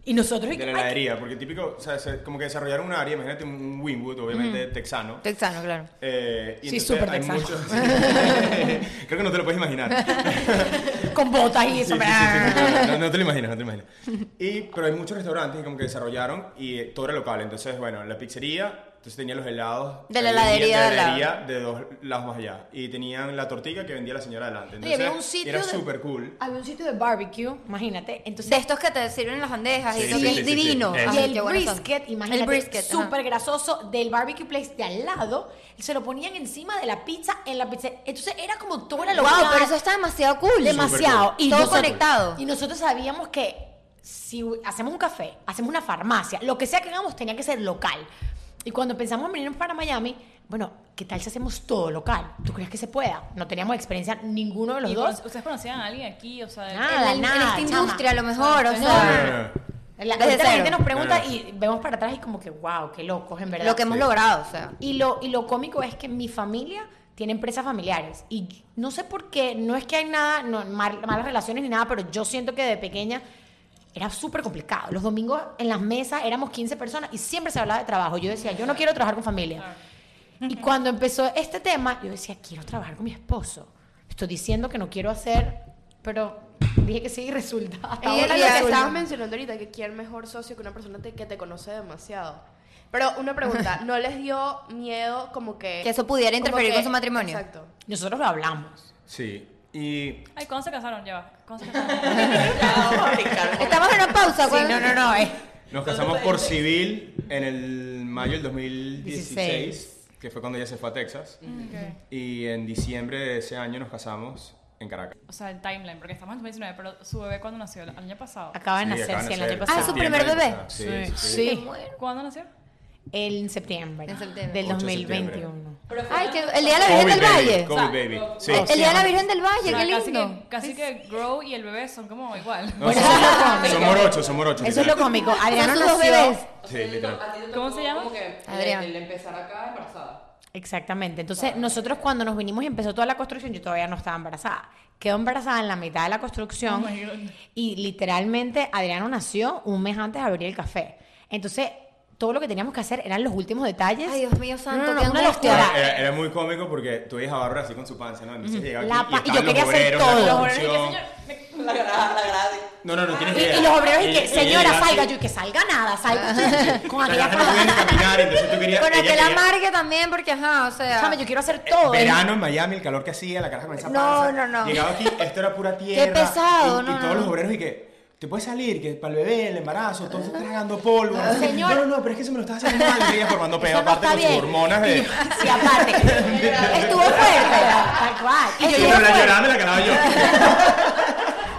Speaker 6: Y nosotros...
Speaker 5: De la
Speaker 6: ay,
Speaker 5: heladería, porque típico, o sea, se- como que desarrollaron un área, imagínate un- un Winwood, obviamente texano.
Speaker 2: Texano, claro.
Speaker 5: Eh, y
Speaker 6: Sí,
Speaker 5: entonces
Speaker 6: súper
Speaker 5: hay
Speaker 6: texano.
Speaker 5: muchos- Creo que no te lo puedes imaginar.
Speaker 6: Con botas
Speaker 5: Sí,
Speaker 6: y
Speaker 5: sí,
Speaker 6: eso.
Speaker 5: sí, sí, sí, no, no, no te lo imaginas, no te lo imaginas. Y, pero hay muchos restaurantes que como que desarrollaron y eh, todo era local. Entonces, bueno, la pizzería, entonces tenía los helados.
Speaker 2: De la
Speaker 5: ahí vendían
Speaker 2: heladería
Speaker 5: de,
Speaker 2: al lado.
Speaker 5: heladería de dos lados más allá. Y tenían la tortilla que vendía la señora adelante.
Speaker 6: Oye,
Speaker 5: Entonces,
Speaker 6: había un sitio
Speaker 5: era
Speaker 6: de-
Speaker 5: súper cool.
Speaker 6: Había un sitio de barbecue, imagínate. Entonces,
Speaker 2: De estos que te sirven en las bandejas y
Speaker 5: Sí,
Speaker 2: eso
Speaker 5: sí,
Speaker 2: que
Speaker 5: sí,
Speaker 2: es
Speaker 5: sí, sí.
Speaker 2: divino.
Speaker 5: Eso.
Speaker 2: Ay,
Speaker 6: Y el
Speaker 2: qué buenos son.
Speaker 6: brisket, imagínate,
Speaker 2: El brisket. ajá.
Speaker 6: súper grasoso del barbecue place de al lado, se lo ponían encima de la pizza en la pizza. Entonces era como toda la locura.
Speaker 2: Wow, pero eso está demasiado cool.
Speaker 6: demasiado.
Speaker 5: Súper cool.
Speaker 6: Y
Speaker 2: Todo
Speaker 6: nosotros-
Speaker 2: conectado.
Speaker 6: Y nosotros sabíamos que si hacemos un café, hacemos una farmacia, lo que sea que hagamos tenía que ser local. Y cuando pensamos en venirnos para Miami, bueno, ¿qué tal si hacemos todo local? ¿Tú crees que se pueda? No teníamos experiencia ninguno de los
Speaker 4: ¿Y
Speaker 6: dos. Ah.
Speaker 4: cono- ¿Ustedes conocían a alguien aquí? O sea, de-
Speaker 6: Nada.
Speaker 2: en, la- en esta
Speaker 6: chama.
Speaker 2: industria, a lo mejor. O
Speaker 6: No,
Speaker 2: sea,
Speaker 5: No, no, no.
Speaker 6: La,
Speaker 2: Desde
Speaker 6: ahorita la
Speaker 2: cero.
Speaker 6: gente nos pregunta
Speaker 5: No, no.
Speaker 6: y vemos para atrás y como que, wow, qué locos, en verdad.
Speaker 2: lo que hemos
Speaker 5: Sí.
Speaker 2: logrado. O sea,
Speaker 6: Y lo, y lo cómico es que mi familia tiene empresas familiares. Y no sé por qué, no es que hay nada, no, mal- malas relaciones ni nada, pero yo siento que de pequeña era súper complicado. Los domingos en las mesas éramos 15 personas y siempre se hablaba de trabajo. Yo decía, yo no quiero trabajar con familia. Y cuando empezó este tema, yo decía, quiero trabajar con mi esposo. Estoy diciendo que no quiero hacer, pero dije que sí y resulta. Hasta
Speaker 2: Y-
Speaker 3: Ahora
Speaker 6: ahora
Speaker 2: y
Speaker 3: lo que
Speaker 2: ahora-
Speaker 3: estabas mencionando ahorita, que quién mejor socio que una persona te- que te conoce demasiado. Pero una pregunta, ¿no les dio miedo como que...
Speaker 2: Que eso pudiera
Speaker 3: como
Speaker 2: interferir con su matrimonio?
Speaker 3: Exacto.
Speaker 6: Nosotros lo hablamos.
Speaker 5: Sí. Y
Speaker 4: Ay, ¿cuándo se casaron? Ya va. ¿Cuándo se casaron?
Speaker 1: Ya, vamos a brincar.
Speaker 2: estamos en una pausa.
Speaker 6: Sí,
Speaker 2: ¿cuál-
Speaker 6: no, no, no. eh.
Speaker 5: Nos casamos por civil en el mayo del 2016, que fue cuando ella se fue a Texas. Y en diciembre de ese año nos casamos en Caracas.
Speaker 4: O sea, el timeline, porque estamos en 2019, pero su bebé, ¿cuándo nació? ¿El año pasado?
Speaker 6: Acaba de
Speaker 5: Sí,
Speaker 6: nacer,
Speaker 5: acaba
Speaker 6: sí,
Speaker 5: de
Speaker 6: el año
Speaker 5: nacer.
Speaker 6: pasado.
Speaker 2: Ah, su primer bebé.
Speaker 5: Sí, sí, sí.
Speaker 4: ¿Cuándo nació?
Speaker 6: En septiembre.
Speaker 2: En septiembre.
Speaker 6: Del
Speaker 5: 8 de septiembre.
Speaker 6: 2021.
Speaker 2: Ay, que el día de la Virgen
Speaker 5: COVID
Speaker 2: del
Speaker 5: baby,
Speaker 2: Valle.
Speaker 5: COVID baby. Sí.
Speaker 2: El- El día de la Virgen del
Speaker 4: O
Speaker 2: Valle,
Speaker 4: sea,
Speaker 2: qué
Speaker 4: casi
Speaker 2: lindo.
Speaker 4: que, casi que Grow y el bebé son como igual.
Speaker 5: No,
Speaker 6: Bueno,
Speaker 5: somos-
Speaker 6: eso es lo cómico.
Speaker 5: somos morochos, somos morochos.
Speaker 6: Eso es lo cómico. Adriana
Speaker 2: Son sus dos
Speaker 6: nació.
Speaker 2: bebés.
Speaker 5: Sí, literal.
Speaker 4: ¿Cómo se llama?
Speaker 1: Como que el-
Speaker 2: Adrián.
Speaker 1: el empezar acá embarazada.
Speaker 6: Exactamente. Entonces, nosotros cuando nos vinimos y empezó toda la construcción, yo todavía no estaba embarazada. Quedó embarazada en la mitad de la construcción.
Speaker 4: Oh my God.
Speaker 6: y literalmente Adriano nació un mes antes de abrir el café. Entonces, todo lo que teníamos que hacer eran los últimos detalles.
Speaker 2: Ay, Dios mío santo,
Speaker 6: No, no,
Speaker 2: qué
Speaker 6: no, una
Speaker 2: angustia.
Speaker 6: locura.
Speaker 5: Era, era muy cómico porque tú veías a Bárbara así con su panza, ¿no? Entonces llegaba
Speaker 6: La
Speaker 5: aquí
Speaker 6: pa-
Speaker 5: y,
Speaker 6: y yo quería hacer todo.
Speaker 5: todo.
Speaker 6: Los
Speaker 4: Pero dije, señor, me-
Speaker 1: La grada, la grada.
Speaker 5: No, no, no tienes
Speaker 6: Y,
Speaker 5: idea.
Speaker 6: y los obreros y
Speaker 5: Ella-
Speaker 6: que,
Speaker 5: ella
Speaker 6: señora,
Speaker 5: llegaba así,
Speaker 6: salga. Yo y que salga nada, salga.
Speaker 2: Ah.
Speaker 6: Con
Speaker 5: o sea, la
Speaker 6: aquella
Speaker 5: gente no podía ni caminar, entonces tú querías...
Speaker 2: Con
Speaker 5: ella
Speaker 2: aquel
Speaker 5: quería-
Speaker 2: amargue también, porque ajá, o sea.
Speaker 6: Chama, yo quiero hacer todo.
Speaker 5: Eh,
Speaker 6: ¿eh?
Speaker 5: Verano en Miami, el calor que hacía, la caraja con esa
Speaker 2: No,
Speaker 5: panza.
Speaker 2: no, no.
Speaker 5: Llegaba aquí, esto era pura tierra.
Speaker 2: pesado,
Speaker 5: y, y
Speaker 2: no,
Speaker 5: todos
Speaker 2: no.
Speaker 5: los obreros y que, Te puedes salir, que para el bebé, el embarazo, todo tragando polvo. no sé.
Speaker 6: Señor.
Speaker 5: No, no, no, pero es que se me lo estás haciendo mal. Y ella formando
Speaker 6: Eso
Speaker 5: peo,
Speaker 6: no
Speaker 5: aparte
Speaker 6: está
Speaker 5: con sus
Speaker 6: bien.
Speaker 5: hormonas de.
Speaker 6: Sí, aparte.
Speaker 2: Estuvo fuerte.
Speaker 6: Tal cual.
Speaker 5: Y yo, pero la llorada me la quedaba yo.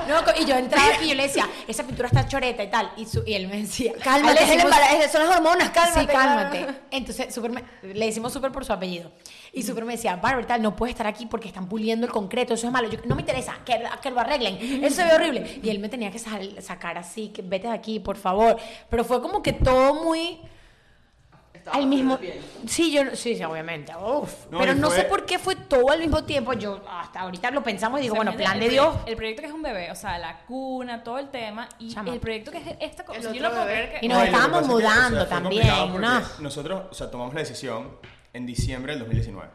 Speaker 6: No, co- y yo entraba aquí y yo le decía, esa pintura está choreta y tal. Y, su- y él me decía,
Speaker 2: Cálmate,
Speaker 6: le
Speaker 2: es el
Speaker 6: decimos-
Speaker 2: embarazo, son las hormonas, cálmate.
Speaker 6: Sí, cálmate. Entonces, Super me- le decimos Super por su apellido. Y Super me decía, Bárbara, tal, no puede estar aquí porque están puliendo el concreto, eso es malo. Yo, no me interesa, que, que lo arreglen, eso se ve horrible. Y él me tenía que sal- sacar así, que vete de aquí, por favor. Pero fue como que todo muy
Speaker 1: Estaba
Speaker 6: al mismo...
Speaker 1: bien.
Speaker 6: Sí, yo, sí, sí, obviamente. Uf.
Speaker 5: No,
Speaker 6: Pero
Speaker 5: y
Speaker 6: no
Speaker 5: fue-
Speaker 6: sé por qué fue todo al mismo tiempo. Yo hasta ahorita lo pensamos y digo,
Speaker 4: O sea,
Speaker 6: bueno, plan
Speaker 4: imagínate
Speaker 6: de
Speaker 4: el
Speaker 6: Dios.
Speaker 4: proye- El proyecto que es un bebé, o sea, la cuna, todo el tema. Y
Speaker 6: Chama.
Speaker 4: el proyecto que es esta cosa.
Speaker 3: El
Speaker 4: Yo
Speaker 3: otro
Speaker 4: no puedo
Speaker 3: bebé.
Speaker 4: creer que.
Speaker 6: Y nos
Speaker 5: No, lo que
Speaker 6: estábamos
Speaker 5: pasa es que, o sea,
Speaker 6: mudando
Speaker 5: fue
Speaker 6: también,
Speaker 5: complicado porque
Speaker 6: ¿no?
Speaker 5: Nosotros, o sea, tomamos la decisión en diciembre del 2019.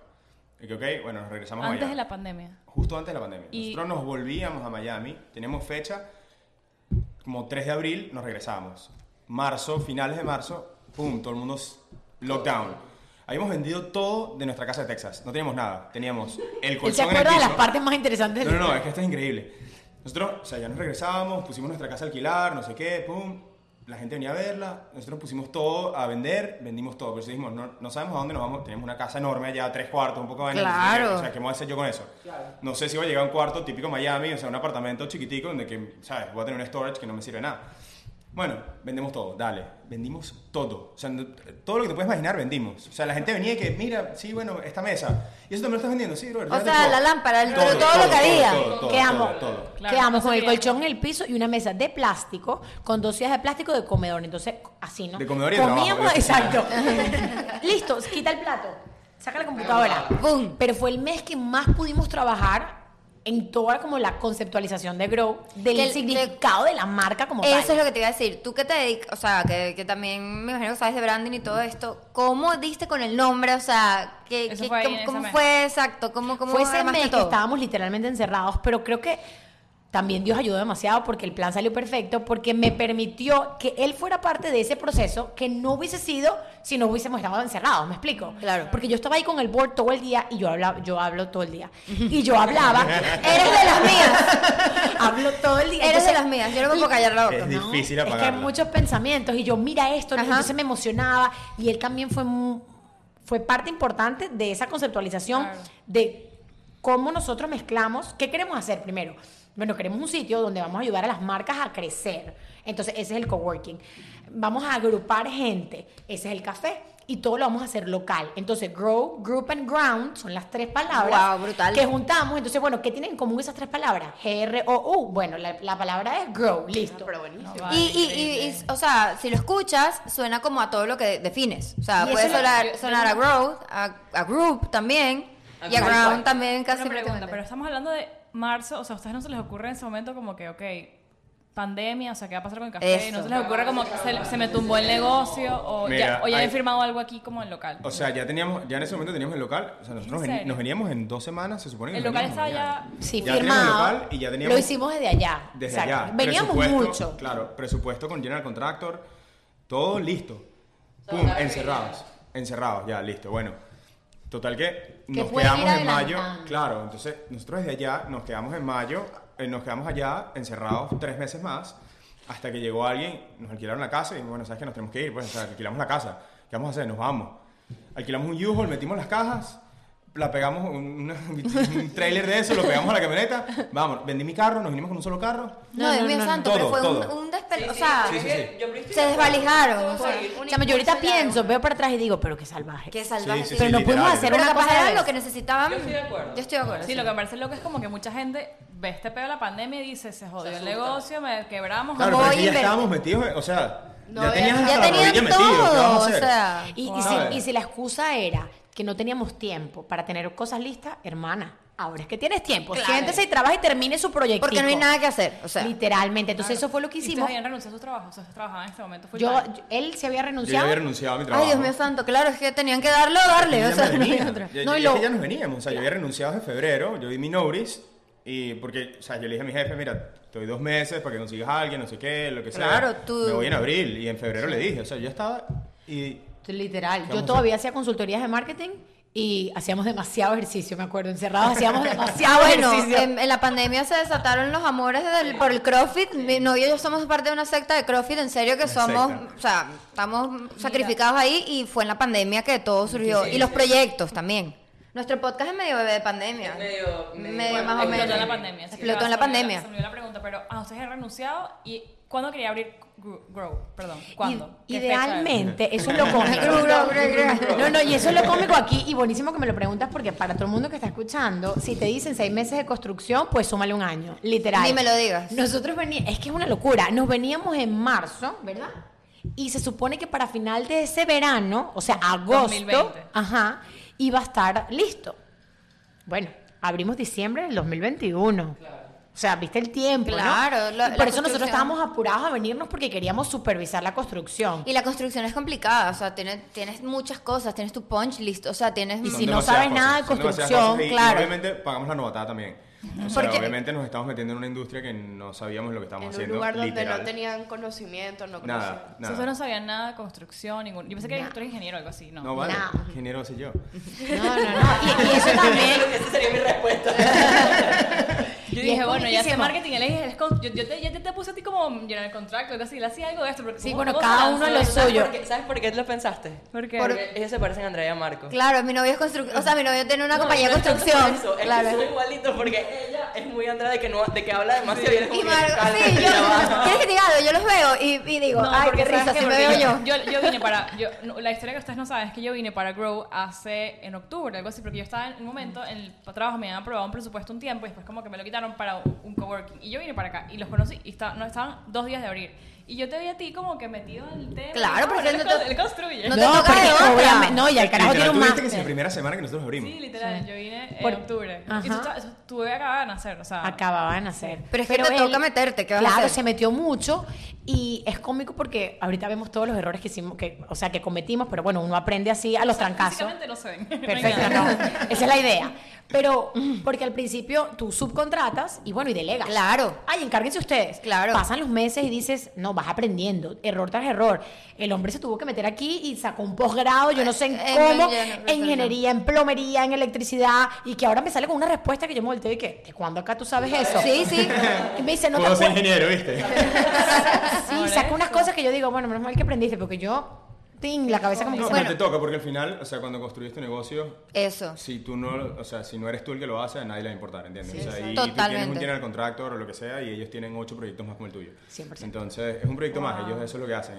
Speaker 5: Y que, ok, bueno, nos regresamos
Speaker 4: Antes
Speaker 5: allá.
Speaker 4: de la pandemia.
Speaker 5: Justo antes de la pandemia.
Speaker 4: Y-
Speaker 5: Nosotros nos volvíamos a Miami, tenemos fecha, como 3 de abril nos regresamos. Marzo, finales de marzo, pum, todo el mundo s- lockdown. Habíamos vendido todo de nuestra casa de Texas, no teníamos nada. Teníamos el
Speaker 6: Él se
Speaker 5: colchón en el
Speaker 6: acuerda de las
Speaker 5: piso.
Speaker 6: partes más interesantes.
Speaker 5: No, no, no, es que esto es increíble. Nosotros, o sea, ya nos regresábamos, pusimos nuestra casa a alquilar, no sé qué, pum. La gente venía a verla, nosotros pusimos todo a vender, vendimos todo. Pero eso dijimos, no, no sabemos a dónde nos vamos. Tenemos una casa enorme allá, tres cuartos, un poco de vaina,
Speaker 2: Claro.
Speaker 5: no sé qué, O sea, ¿qué me voy a hacer yo con eso? No sé si voy a llegar a un cuarto típico Miami, o sea, un apartamento chiquitico donde, que, ¿sabes? Voy a tener un storage que no me sirve de nada. Bueno, vendemos todo, dale. Vendimos todo. O sea, no- todo lo que te puedes imaginar vendimos. O sea, la gente venía y que, mira, sí, bueno, esta mesa. Y eso también lo estás vendiendo, sí, Robert.
Speaker 2: O
Speaker 5: dale,
Speaker 2: sea,
Speaker 5: todo".
Speaker 2: la lámpara, el-
Speaker 5: Todo,
Speaker 2: todo, lo que
Speaker 5: todo,
Speaker 2: había.
Speaker 5: todo, todo,
Speaker 6: Quedamos,
Speaker 5: todo, todo.
Speaker 4: Claro,
Speaker 6: quedamos con
Speaker 4: entonces
Speaker 6: el
Speaker 4: queríamos-
Speaker 6: colchón en el piso y una mesa de plástico con dos sillas de plástico de comedor. Entonces, así, ¿no?
Speaker 5: De comedor y de
Speaker 6: Comíamos,
Speaker 5: trabajo, de oficina.
Speaker 6: exacto. Listo, quita el plato, saca la
Speaker 5: Ah,
Speaker 6: computadora. Boom. Pero fue el mes que más pudimos trabajar en toda como la conceptualización de Grow, del
Speaker 2: Que el-
Speaker 6: significado de la marca como
Speaker 2: Eso es
Speaker 6: tal.
Speaker 2: lo que te iba a decir. Tú que te dedicas, o sea, que, que también me imagino que sabes de branding y todo esto, ¿cómo diste con el nombre? O sea, ¿qué,
Speaker 4: Eso
Speaker 2: qué-
Speaker 4: fue ahí
Speaker 2: cómo,
Speaker 4: en
Speaker 2: cómo
Speaker 4: ese mes.
Speaker 2: fue exacto? ¿Cómo, cómo
Speaker 6: Fue ese
Speaker 2: armaste
Speaker 6: mes que
Speaker 2: todo?
Speaker 6: estábamos literalmente encerrados, pero creo que también Dios ayudó demasiado porque el plan salió perfecto, porque me permitió que él fuera parte de ese proceso que no hubiese sido si no hubiésemos estado encerrados, ¿me explico? Claro. Porque yo estaba ahí con el board todo el día y yo hablaba, yo hablo todo el día. Y yo hablaba,
Speaker 2: Eres de las mías.
Speaker 6: hablo todo el día.
Speaker 2: Eres de
Speaker 6: Entonces,
Speaker 2: las mías. Yo no me puedo callar la boca.
Speaker 5: Es difícil
Speaker 6: es que hay
Speaker 5: apagarla.
Speaker 6: muchos pensamientos y yo mira esto,
Speaker 2: Ajá.
Speaker 6: entonces me emocionaba y él también fue mu- fue parte importante de esa conceptualización
Speaker 4: Claro.
Speaker 6: de cómo nosotros mezclamos, qué queremos hacer primero. Bueno, queremos un sitio donde vamos a ayudar a las marcas a crecer. Entonces, ese es el coworking. Vamos a agrupar gente, ese es el café y todo lo vamos a hacer local. Entonces, grow, group and ground son las tres palabras
Speaker 2: Wow, brutal.
Speaker 6: que juntamos. Entonces, bueno, ¿qué tienen en común esas tres palabras? G R O U. Bueno, la, la palabra es grow, listo.
Speaker 3: Pero buenísimo.
Speaker 4: No, va,
Speaker 2: Y, y- y- y,
Speaker 4: increíble.
Speaker 2: o sea, si lo escuchas, suena como a todo lo que defines. O sea,
Speaker 6: Y
Speaker 2: puede
Speaker 6: eso era-
Speaker 2: sonar,
Speaker 4: yo-
Speaker 2: sonar a growth, a, a group también,
Speaker 1: A
Speaker 2: y a
Speaker 1: group.
Speaker 2: ground también casi
Speaker 4: Una pregunta,
Speaker 2: prácticamente.
Speaker 4: pero estamos hablando de marzo, o sea, a ustedes no se les ocurre en ese momento como que, ok, pandemia, o sea, ¿qué va a pasar con el café?
Speaker 2: Eso.
Speaker 4: No se les ocurre como que se, se me tumbó el negocio o
Speaker 5: Mira,
Speaker 4: ya, o ya
Speaker 5: hay-
Speaker 4: he firmado algo aquí como en local.
Speaker 5: O sea, ya teníamos, ya en ese momento teníamos el local. O sea, nosotros
Speaker 4: ¿En
Speaker 5: veni-
Speaker 4: serio?
Speaker 5: nos veníamos en dos semanas, se supone que
Speaker 4: el
Speaker 5: nos
Speaker 4: local estaba
Speaker 5: veníamos
Speaker 4: ya...
Speaker 5: mañana.
Speaker 6: Sí,
Speaker 5: Ya teníamos
Speaker 6: firmado.
Speaker 5: local y ya teníamos-
Speaker 6: Lo hicimos desde allá.
Speaker 5: Desde
Speaker 6: Exacto.
Speaker 5: allá.
Speaker 6: Veníamos
Speaker 5: presupuesto,
Speaker 6: mucho.
Speaker 5: Claro, presupuesto con General Contractor, todo listo.
Speaker 1: O sea,
Speaker 5: Pum,
Speaker 1: una
Speaker 5: encerrados. Encerrados, ya, listo. Bueno, total que nos
Speaker 6: pueden
Speaker 5: quedamos
Speaker 6: ir
Speaker 5: en mayo.
Speaker 6: adelantando.
Speaker 5: Claro, entonces nosotros desde allá nos quedamos en mayo, eh, nos quedamos allá encerrados tres meses más, hasta que llegó alguien, nos alquilaron la casa y dijimos, bueno, sabes que nos tenemos que ir, pues, o sea, alquilamos la casa. ¿Qué vamos a hacer? Nos vamos. Alquilamos un U-Haul, metimos las cajas. La pegamos un, una- un trailer de eso, lo pegamos a la camioneta. Vamos, vendí mi carro, nos vinimos con un solo carro.
Speaker 2: No, Dios mío santo,
Speaker 5: Todo,
Speaker 2: pero fue un,
Speaker 5: todo.
Speaker 2: un despe-
Speaker 1: Sí,
Speaker 2: O
Speaker 1: sí,
Speaker 2: sea,
Speaker 1: es
Speaker 5: sí,
Speaker 1: que
Speaker 5: sí.
Speaker 1: yo estoy
Speaker 2: se
Speaker 1: de acuerdo.
Speaker 2: desvalijaron. O sea,
Speaker 1: Sí.
Speaker 6: O sea, yo ahorita pienso, veo para atrás y digo, pero qué salvaje.
Speaker 2: qué salvaje.
Speaker 5: Sí, sí,
Speaker 6: pero no pudimos
Speaker 5: literal.
Speaker 6: hacer
Speaker 2: Pero
Speaker 6: una
Speaker 2: capaz
Speaker 6: cosa de
Speaker 2: era
Speaker 6: vez.
Speaker 2: lo que necesitaban.
Speaker 1: Yo estoy de acuerdo.
Speaker 2: Yo estoy de acuerdo.
Speaker 4: Sí, lo que me parece loco es como que mucha gente ve este pedo de la pandemia y dice, se jodió el
Speaker 1: asusta.
Speaker 4: negocio, me quebramos.
Speaker 5: Claro, pero es que ya
Speaker 2: Voy a
Speaker 5: estábamos metidos, en- o sea,
Speaker 3: No,
Speaker 5: ya
Speaker 3: ya-
Speaker 5: tenías
Speaker 2: ya
Speaker 5: hasta la
Speaker 2: tenían
Speaker 5: rodilla metido, ¿qué
Speaker 2: todo,
Speaker 5: vamos a
Speaker 2: o
Speaker 5: hacer?
Speaker 2: sea.
Speaker 6: Y, y
Speaker 5: Wow.
Speaker 6: si, y si la excusa era que no teníamos tiempo para tener cosas listas, hermana, ahora es que tienes tiempo.
Speaker 2: Claro.
Speaker 6: Siéntese y trabaja y termine su proyecto.
Speaker 2: Porque no hay nada que hacer. O sea,
Speaker 6: Literalmente. Entonces, eso fue lo que
Speaker 4: Y ustedes
Speaker 6: hicimos.
Speaker 4: habían renunciado a su trabajo, o sea, ustedes trabajaban en este momento. full
Speaker 6: Yo,
Speaker 4: time.
Speaker 6: yo- él se había
Speaker 5: Yo ya
Speaker 6: renunciado.
Speaker 5: había renunciado a mi trabajo.
Speaker 2: ay, Dios mío santo, claro, es que tenían que darlo, darle.
Speaker 5: Ya
Speaker 2: O sea,
Speaker 5: me
Speaker 2: no había
Speaker 5: venía.
Speaker 2: otra.
Speaker 5: Ya-
Speaker 6: No,
Speaker 5: ya-
Speaker 6: y
Speaker 5: ya
Speaker 6: lo-
Speaker 5: que ya nos veníamos, o sea, yo había renunciado desde febrero, yo di mi notice y porque, o sea, yo le dije a mi jefe, mira, te doy dos meses para que consigas a alguien, no sé qué, lo que sea.
Speaker 2: Claro, tú-
Speaker 5: Me voy en abril y en febrero le dije, o sea, yo ya estaba y
Speaker 6: Literal.
Speaker 5: ¿Qué
Speaker 6: Yo
Speaker 5: vamos a
Speaker 6: todavía hacía consultorías de marketing y hacíamos demasiado ejercicio, me acuerdo, encerrados hacíamos demasiado
Speaker 2: Ah, bueno,
Speaker 6: ejercicio.
Speaker 2: en, en la pandemia se desataron los amores del- por el CrossFit. Mi novio y yo somos parte de una secta de CrossFit, en serio que
Speaker 5: Una
Speaker 2: somos,
Speaker 5: secta.
Speaker 2: o sea, estamos sacrificados ahí y fue en la pandemia que todo surgió. y los proyectos también. Nuestro podcast es medio bebé de pandemia.
Speaker 1: Medio- medio-
Speaker 2: Medio más
Speaker 1: explotó
Speaker 2: o menos.
Speaker 4: Explotó en la pandemia. así que
Speaker 2: Explotó en la
Speaker 4: se me olvidó- Se
Speaker 2: pandemia.
Speaker 4: me olvidó la pregunta, pero ah, ustedes han renunciado y ¿cuándo quería abrir Gru- Grow? Perdón, ¿cuándo?
Speaker 6: I-
Speaker 4: ¿Qué fecha era?
Speaker 6: idealmente, eso es lo
Speaker 2: Gru, gru, gru,
Speaker 6: cómico.
Speaker 2: gru.
Speaker 6: No, no, y eso es lo cómico aquí y buenísimo que me lo preguntas porque para todo el mundo que está escuchando, si te dicen seis meses de construcción, pues súmale un año, literal.
Speaker 2: Ni me lo digas.
Speaker 6: Nosotros veníamos, es que es una locura, nos veníamos en marzo, ¿verdad? Y se supone que para final de ese verano, o sea, agosto,
Speaker 4: 2020.
Speaker 6: ajá, iba a estar listo. Bueno, abrimos diciembre del 2021. O sea, viste el tiempo. ¿no?
Speaker 2: Claro,
Speaker 6: Y
Speaker 2: la- la
Speaker 6: por eso nosotros
Speaker 2: construcción.
Speaker 6: estábamos apurados a venirnos porque queríamos supervisar la construcción.
Speaker 2: Y la construcción es complicada, o sea, tiene- tienes muchas cosas, tienes tu punch list, o sea, tienes...
Speaker 6: Y
Speaker 5: Son
Speaker 6: si no
Speaker 5: demasiadas
Speaker 6: sabes nada de
Speaker 5: son demasiadas
Speaker 6: construcción,
Speaker 5: cosas y- y
Speaker 6: claro.
Speaker 5: obviamente pagamos la novatada también. O sea,
Speaker 2: Porque-
Speaker 5: obviamente nos estamos metiendo en una industria que no sabíamos lo que estábamos
Speaker 3: En un
Speaker 5: haciendo.
Speaker 3: lugar donde
Speaker 5: literal.
Speaker 3: no tenían conocimiento, no conocían.
Speaker 5: Nada,
Speaker 4: O sea, ustedes no
Speaker 5: nada.
Speaker 4: sabían nada de construcción, ningún... Yo pensé que
Speaker 6: Nada.
Speaker 4: tú eres ingeniero o algo así, ¿no?
Speaker 5: No vale,
Speaker 6: Nada.
Speaker 5: ingeniero soy yo.
Speaker 6: No, no, no. Y, y eso también.
Speaker 1: Esa sería mi respuesta.
Speaker 4: Yo
Speaker 6: Y
Speaker 4: dije,
Speaker 6: es
Speaker 4: bueno, ya hace
Speaker 6: comiquísimo.
Speaker 4: marketing, él es, él es con- yo, yo te, yo te- te puse a ti como llenar el contrato, algo así, le hacía algo de esto. Porque
Speaker 6: Sí,
Speaker 4: ¿cómo-
Speaker 6: bueno,
Speaker 4: cómo
Speaker 6: cada
Speaker 4: se lanzó
Speaker 6: uno lo
Speaker 4: eso?
Speaker 6: suyo.
Speaker 1: ¿Sabes por qué, sabes por qué lo pensaste?
Speaker 4: ¿Por qué?
Speaker 1: Porque ellos se parecen a Andrea y a Marco.
Speaker 2: Claro, mi novio es construcción, o sea, mi novio tiene una
Speaker 1: No,
Speaker 2: compañía de
Speaker 1: no es tanto
Speaker 2: construcción.
Speaker 1: por eso, es
Speaker 2: claro.
Speaker 1: que son igualitos porque ella es muy Andrea de que, no, de que habla demasiado y él es como
Speaker 2: Y
Speaker 1: que,
Speaker 2: Margo,
Speaker 1: "Cálmate,
Speaker 2: sí, yo,
Speaker 1: ya va".
Speaker 2: ¿quieres que te diga algo? Yo los veo y, y digo,
Speaker 4: No,
Speaker 2: ay,
Speaker 4: porque
Speaker 2: qué risa,
Speaker 4: ¿sabes
Speaker 2: si
Speaker 4: qué?
Speaker 2: me
Speaker 4: Porque
Speaker 2: veo yo.
Speaker 4: yo. yo vine para. yo- no, la historia que ustedes no saben es que yo vine para Grow hace en octubre, algo así, porque yo estaba en un momento, en el trabajo me habían aprobado un presupuesto un tiempo y después, como que me lo quitaron para un, un coworking. Y yo vine para acá y los conocí y estaba- no, estaban dos días de abrir. Y yo te vi a ti como que metido en el tema.
Speaker 2: Claro,
Speaker 4: porque
Speaker 2: porque
Speaker 4: él,
Speaker 2: no
Speaker 4: cons-
Speaker 2: te-
Speaker 4: él construye.
Speaker 2: No te toca de otra.
Speaker 6: obviamente- No, y el carajo tiene
Speaker 5: Literal,
Speaker 6: un
Speaker 5: tú viste que es la
Speaker 6: máster.
Speaker 5: primera semana que nosotros abrimos.
Speaker 4: Sí, literal, yo vine en
Speaker 6: Por-
Speaker 4: octubre.
Speaker 6: Ajá.
Speaker 4: Y tú, estabas- tu bebé acababa de nacer, o sea.
Speaker 6: acababan de hacer.
Speaker 2: Pero es que te toca meterte, ¿qué vas a
Speaker 6: claro,
Speaker 2: hacer?
Speaker 6: se metió mucho y es cómico porque ahorita vemos todos los errores que hicimos, que, o sea, que cometimos, pero bueno, uno aprende así a los trancazos.
Speaker 4: Físicamente no se ven. No hay
Speaker 6: Perfecto,
Speaker 4: nada.
Speaker 6: no. Esa es la idea. Pero, porque al principio tú subcontratas y bueno, y delegas.
Speaker 2: Claro.
Speaker 6: Ay, encárguense ustedes.
Speaker 2: Claro.
Speaker 6: Pasan los meses y dices, no, vas aprendiendo, error tras error. El hombre se tuvo que meter aquí y sacó un posgrado, yo no sé en
Speaker 2: Eh,
Speaker 6: cómo,
Speaker 2: no, ya no,
Speaker 6: en
Speaker 2: no.
Speaker 6: ingeniería, en plomería, en electricidad, y que ahora me sale con una respuesta que yo me volteo y que, ¿de cuándo acá tú sabes eso?
Speaker 2: Sí, sí.
Speaker 6: Y me dice, no te
Speaker 5: Puedo ser
Speaker 6: acuerdas.
Speaker 5: ingeniero, ¿viste?
Speaker 6: Sí, sacó unas cosas que yo digo, bueno, menos mal que aprendiste, porque yo, ting, la cabeza como que
Speaker 5: No,
Speaker 6: se
Speaker 5: pero
Speaker 2: Bueno.
Speaker 5: te toca porque al final, o sea, cuando construyes tu negocio,
Speaker 2: Eso.
Speaker 5: si tú no, o sea, si no eres tú el que lo hace, a nadie le va a importar, ¿entiendes? o sea, y, y tú tienes
Speaker 2: Totalmente.
Speaker 5: un tiene el contractor o lo que sea y ellos tienen ocho proyectos más como el tuyo.
Speaker 6: 100%.
Speaker 5: Entonces, es un proyecto más, ellos eso es lo que hacen.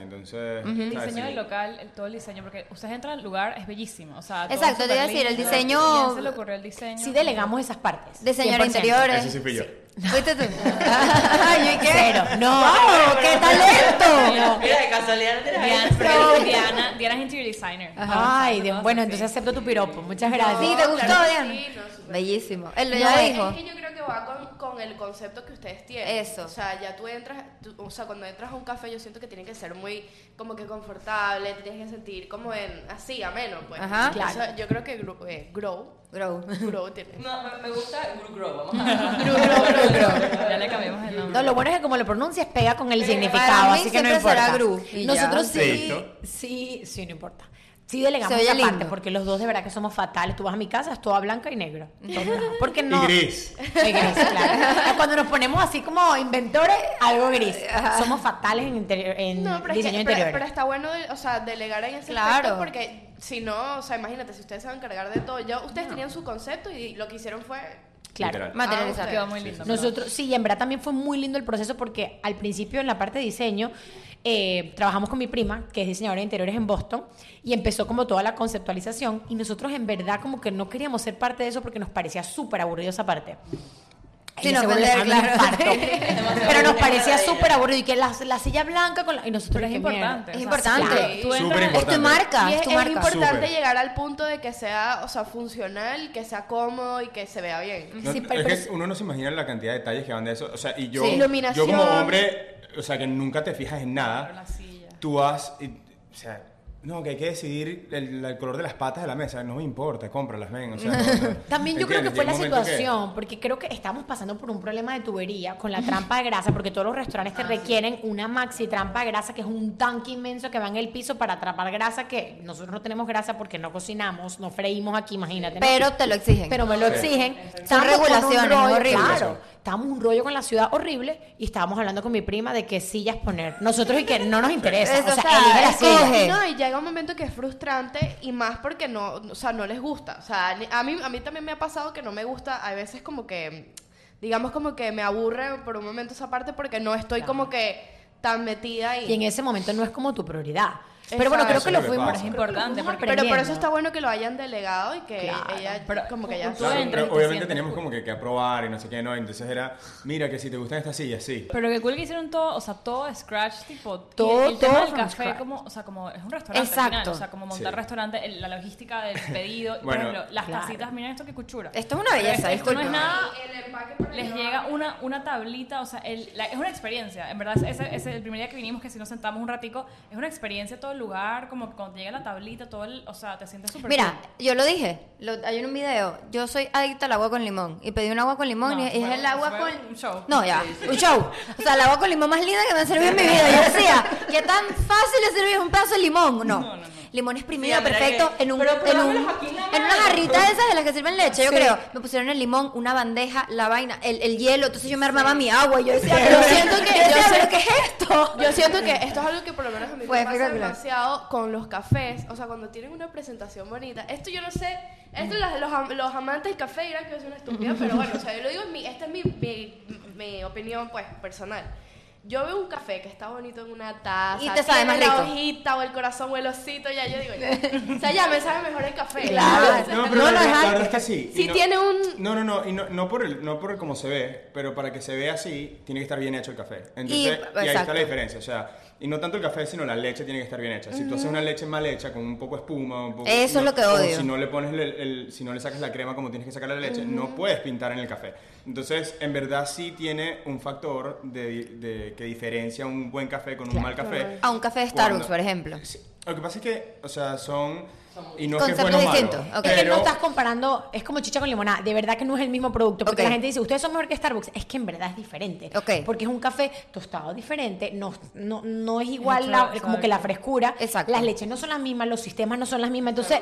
Speaker 4: El
Speaker 5: Entonces, ¿sabes?
Speaker 4: diseño
Speaker 5: Sí.
Speaker 4: del local, el- todo el diseño, porque ustedes entran al lugar, es bellísimo. O sea, todo
Speaker 2: Exacto, te iba a
Speaker 4: superlindo.
Speaker 2: decir, el diseño-
Speaker 4: ¿A quién se le ocurrió el diseño?
Speaker 6: Sí delegamos esas partes.
Speaker 2: De señor
Speaker 6: 100%.
Speaker 2: interiores.
Speaker 5: Ese sí fui yo.
Speaker 2: Fuiste tú. Ay, ¿y qué?
Speaker 6: Cero. No.
Speaker 2: Wow, ¡Qué talento!
Speaker 1: Mira, de casualidad no tienes
Speaker 4: Diana,
Speaker 1: ahí.
Speaker 4: porque Diana, Diana es interior designer.
Speaker 6: Ay, Dios. Bueno, entonces acepto tu piropo. Muchas gracias.
Speaker 2: Sí, ¿te gustó,
Speaker 3: claro que
Speaker 2: Diana?
Speaker 3: sí, no, súper.
Speaker 2: Bellísimo. Él lo
Speaker 6: No,
Speaker 2: ya
Speaker 6: es
Speaker 2: dijo.
Speaker 3: Es que yo creo que va con, con el concepto que ustedes tienen.
Speaker 2: Eso.
Speaker 3: O sea, ya tú entras, tú- o sea, cuando entras a un café yo siento que tiene que ser muy como que confortable, te tienes que sentir como en así, ameno, pues.
Speaker 2: Ajá.
Speaker 3: Claro. O sea, yo creo que gru- eh, Grow,
Speaker 2: Grow.
Speaker 3: Grow tiene.
Speaker 1: No, me- me gusta Guru Grow, vamos a ver.
Speaker 4: Ya le cambiamos el nombre.
Speaker 6: No, lo bueno es que como lo pronuncias pega con el significado,
Speaker 2: para mí
Speaker 6: así que no
Speaker 2: siempre
Speaker 6: importa.
Speaker 2: será Gru, y
Speaker 6: Nosotros
Speaker 2: ya.
Speaker 6: sí,
Speaker 5: Listo.
Speaker 6: sí, sí, no importa. Sí delegamos
Speaker 2: Se oye
Speaker 6: esa parte
Speaker 2: lindo.
Speaker 6: porque los dos de verdad que somos fatales. Tú vas a mi casa, es toda blanca y negra. Todos blancos. Porque no.
Speaker 5: Y gris.
Speaker 6: Y gris, claro. Cuando nos ponemos así como inventores, algo gris. Somos fatales en, interior, en
Speaker 3: No, pero, es que-
Speaker 6: diseño
Speaker 3: pero-
Speaker 6: interior.
Speaker 3: pero está bueno, o sea, delegar en ese
Speaker 2: Claro.
Speaker 3: aspecto porque si no, o sea, imagínate, si ustedes se van a encargar de todo, ya ustedes tenían su concepto y lo que hicieron fue...
Speaker 6: claro.
Speaker 5: Literal.
Speaker 2: Materializar.
Speaker 4: Ah, Quedó muy lindo. pero-
Speaker 6: Nosotros, sí, y en verdad también fue muy lindo el proceso porque al principio en la parte de diseño eh, trabajamos con mi prima, que es diseñadora de interiores en Boston, y empezó como toda la conceptualización y nosotros en verdad como que no queríamos ser parte de eso porque nos parecía súper aburrido esa parte.
Speaker 2: Sin
Speaker 6: Ella se vuelve
Speaker 2: ofender,
Speaker 6: a dar un
Speaker 2: claro.
Speaker 6: infarto. Pero nos parecía súper aburrido y que la, la silla blanca con la... Y nosotros,
Speaker 4: Pero es
Speaker 6: "¿Qué
Speaker 4: importante.
Speaker 2: Es
Speaker 4: o sea,
Speaker 2: importante.
Speaker 4: tú entras-
Speaker 5: Súper
Speaker 2: Es tu
Speaker 5: importante.
Speaker 2: marca,
Speaker 3: Y
Speaker 2: es
Speaker 3: es,
Speaker 2: tu
Speaker 3: es
Speaker 2: marca.
Speaker 3: importante
Speaker 5: Súper.
Speaker 3: llegar al punto de que sea, o sea, funcional, que sea cómodo y que se vea bien.
Speaker 5: No,
Speaker 6: Sí, pero-
Speaker 5: es que uno no se imagina la cantidad de detalles que van de eso. O sea, y yo,
Speaker 3: Sí. Iluminación.
Speaker 5: yo como hombre, o sea, que nunca te fijas en nada,
Speaker 4: La silla.
Speaker 5: tú vas, y- o sea, no, que hay que decidir el, el color de las patas de la mesa. No me importa, cómpralas, ven. O sea, no, no.
Speaker 6: También yo creo que
Speaker 5: ¿Entiendes? Llega
Speaker 6: fue la
Speaker 5: un momento que-
Speaker 6: situación, porque creo que estamos pasando por un problema de tubería con la trampa de grasa, porque todos los restaurantes te
Speaker 2: Ah.
Speaker 6: requieren una maxi trampa de grasa, que es un tanque inmenso que va en el piso para atrapar grasa, que nosotros no tenemos grasa porque no cocinamos, no freímos aquí, imagínate. ¿no?
Speaker 2: Pero te lo exigen.
Speaker 6: pero me lo
Speaker 5: Sí.
Speaker 6: exigen.
Speaker 2: Son
Speaker 6: Estábamos con un
Speaker 2: regulaciones, es
Speaker 6: rollo,
Speaker 2: horrible.
Speaker 6: Claro, estábamos un rollo con la ciudad horrible y estábamos hablando con mi prima de qué sillas poner. Nosotros y que no nos interesa,
Speaker 2: Eso,
Speaker 6: o sea,
Speaker 2: o sea,
Speaker 6: elige la
Speaker 2: escoge.
Speaker 6: silla.
Speaker 2: Sí.
Speaker 3: No, y llega un momento que es frustrante y más porque no, o sea, no les gusta. O sea, ni- a mí, a mí también me ha pasado que no me gusta, a veces como que, digamos como que me aburre por un momento esa parte porque no estoy como que tan metida y...
Speaker 6: Y en ese momento no es como tu prioridad. Pero bueno,
Speaker 3: Exacto.
Speaker 6: creo
Speaker 5: Eso
Speaker 6: que
Speaker 5: es
Speaker 6: lo
Speaker 5: lo que
Speaker 6: fuimos.
Speaker 5: pasa.
Speaker 4: Es importante, porque
Speaker 3: pero por eso
Speaker 6: aprendiendo.
Speaker 3: está bueno que lo hayan delegado y que
Speaker 6: Claro,
Speaker 3: ella
Speaker 4: pero-
Speaker 3: como que ya
Speaker 4: Tú
Speaker 5: Claro,
Speaker 4: entras y
Speaker 5: pero
Speaker 4: te
Speaker 5: obviamente
Speaker 4: sientas,
Speaker 5: teníamos
Speaker 4: cool.
Speaker 5: como que, que aprobar y no sé qué, ¿no? Entonces era, mira que si te gustan estas sillas, sí.
Speaker 4: Pero lo que cool que hicieron todo, o sea, todo scratch, tipo, y-
Speaker 6: Todo,
Speaker 4: y el tema
Speaker 6: todo
Speaker 4: del
Speaker 6: from
Speaker 4: café,
Speaker 6: scratch.
Speaker 4: como, o sea, como es un restaurante al
Speaker 6: Exacto.
Speaker 4: final, o sea, como montar
Speaker 5: Sí.
Speaker 4: restaurante, el- la logística del pedido, por
Speaker 5: Bueno,
Speaker 4: ejemplo, las
Speaker 6: claro.
Speaker 4: tacitas, miren esto que cuchura.
Speaker 2: Esto es una belleza,
Speaker 4: esto no es
Speaker 2: disculpa.
Speaker 4: nada, les llega una, una tablita, o sea, el- la- es una experiencia, en verdad, ese, ese- el primer día que vinimos, que si nos sentamos un ratico, es una experiencia todo el lugar, como que cuando te llega la tablita, todo el, o sea, te sientes súper
Speaker 2: Mira,
Speaker 4: cool.
Speaker 2: yo lo dije, lo- hay en un video, yo soy adicta al agua con limón y pedí un agua con limón
Speaker 4: No,
Speaker 2: y es
Speaker 4: fue-
Speaker 2: el agua
Speaker 4: fue
Speaker 2: con...
Speaker 4: un show.
Speaker 2: No, ya, un show. O sea, el agua con limón más linda que me ha servido en mi vida. Yo decía, ¿qué tan fácil es servir un pedazo de limón? No,
Speaker 4: no, no.
Speaker 2: limón exprimido,
Speaker 1: Sí, Andrea,
Speaker 2: perfecto,
Speaker 1: que-
Speaker 2: en, un,
Speaker 1: pero
Speaker 2: en, un-
Speaker 1: probámoslo aquí en la
Speaker 2: en una
Speaker 1: mano.
Speaker 2: jarrita de esas de las que sirven leche, yo
Speaker 4: Sí.
Speaker 2: creo. Me pusieron el limón, una bandeja, la vaina, el, el hielo, entonces yo me armaba mi agua y yo decía, pero siento que... Yo decía, ¿pero qué es esto?
Speaker 3: Yo siento que esto es algo que por lo menos a mí me
Speaker 2: Fue
Speaker 3: pasa
Speaker 2: espectacular.
Speaker 3: demasiado con los cafés. O sea, cuando tienen una presentación bonita. Esto yo no sé. Esto las- los, am- los amantes del café dirán que es una estupidez, pero bueno, o sea, yo lo digo, en mi, esta es mi, mi- mi opinión pues personal. Yo veo un café que está bonito en una taza.
Speaker 2: Y te sabe
Speaker 3: tiene
Speaker 2: más
Speaker 3: la
Speaker 2: rico.
Speaker 3: hojita o el corazón o el osito, ya yo digo, ya. O sea, ya me sabe mejor el café.
Speaker 2: Claro.
Speaker 5: No,
Speaker 2: No,
Speaker 5: pero
Speaker 2: no
Speaker 5: la
Speaker 2: es
Speaker 5: verdad- la
Speaker 2: arte.
Speaker 5: verdad es que sí. y
Speaker 3: Sí tiene un-
Speaker 5: No, no, no, y no, no por el, no por el cómo se ve, pero para que se vea así, tiene que estar bien hecho el café. Entonces,
Speaker 2: Y-
Speaker 5: y, ahí
Speaker 2: exacto.
Speaker 5: está la diferencia, o sea, y no tanto el café, sino la leche tiene que estar bien hecha. Si tú haces una leche mal hecha, con un poco de espuma, un poco,
Speaker 2: Eso es
Speaker 5: no-
Speaker 2: lo que
Speaker 5: o
Speaker 2: odio.
Speaker 5: si no le pones, el, el- si no le sacas la crema como tienes que sacar la leche, no puedes pintar en el café. Entonces, en verdad sí tiene un factor de, de- que diferencia un buen café con un mal café.
Speaker 2: A un café de Starbucks, por ejemplo.
Speaker 5: Sí. Lo que pasa es que, o sea, son... Y no
Speaker 2: Conceptos
Speaker 5: es que es bueno o malo,
Speaker 2: distintos, ok.
Speaker 6: Es que
Speaker 5: pero-
Speaker 6: no estás comparando, es como chicha con limonada, de verdad que no es el mismo producto, porque
Speaker 2: Ok.
Speaker 6: la gente dice, ustedes son mejor que Starbucks, es que en verdad es diferente,
Speaker 2: Ok.
Speaker 6: porque es un café tostado diferente, no, no, no es igual la-
Speaker 4: Exacto.
Speaker 6: como que la frescura,
Speaker 2: Exacto.
Speaker 6: las leches no son las mismas, los sistemas no son las mismas, entonces,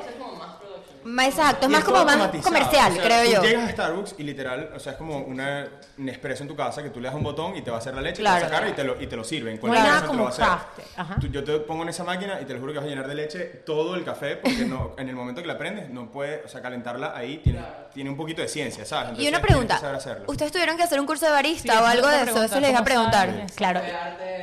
Speaker 2: Más exacto, es
Speaker 5: Y
Speaker 2: más
Speaker 5: todo
Speaker 2: como más
Speaker 5: automatizado.
Speaker 2: comercial,
Speaker 5: O sea,
Speaker 2: creo
Speaker 5: tú
Speaker 2: yo.
Speaker 5: Llegas a Starbucks y literal, o sea, es como una Nespresso en tu casa que tú le das un botón y te va a hacer la leche, y te
Speaker 2: Claro.
Speaker 5: va a sacar y te lo, y te lo sirven.
Speaker 6: hay
Speaker 5: Cualquier
Speaker 6: nada
Speaker 5: cosa te
Speaker 6: como
Speaker 5: lo va a hacer.
Speaker 6: craft, ajá.
Speaker 5: Tú- yo te pongo en esa máquina y te lo juro que vas a llenar de leche todo el café porque no, en el momento que la prendes no puedes, o sea, calentarla ahí tiene, tiene un poquito de ciencia, ¿sabes?
Speaker 2: Y una
Speaker 5: Entonces, tienes que saber
Speaker 2: pregunta,
Speaker 5: hacerlo.
Speaker 2: ¿ustedes tuvieron que hacer un curso de
Speaker 4: Sí,
Speaker 2: barista o
Speaker 4: eso
Speaker 2: algo
Speaker 4: te
Speaker 2: de
Speaker 4: iba a
Speaker 2: eso? Eso
Speaker 4: preguntar,
Speaker 2: les iba a
Speaker 4: ¿cómo
Speaker 2: preguntar.
Speaker 4: sabes?
Speaker 6: claro,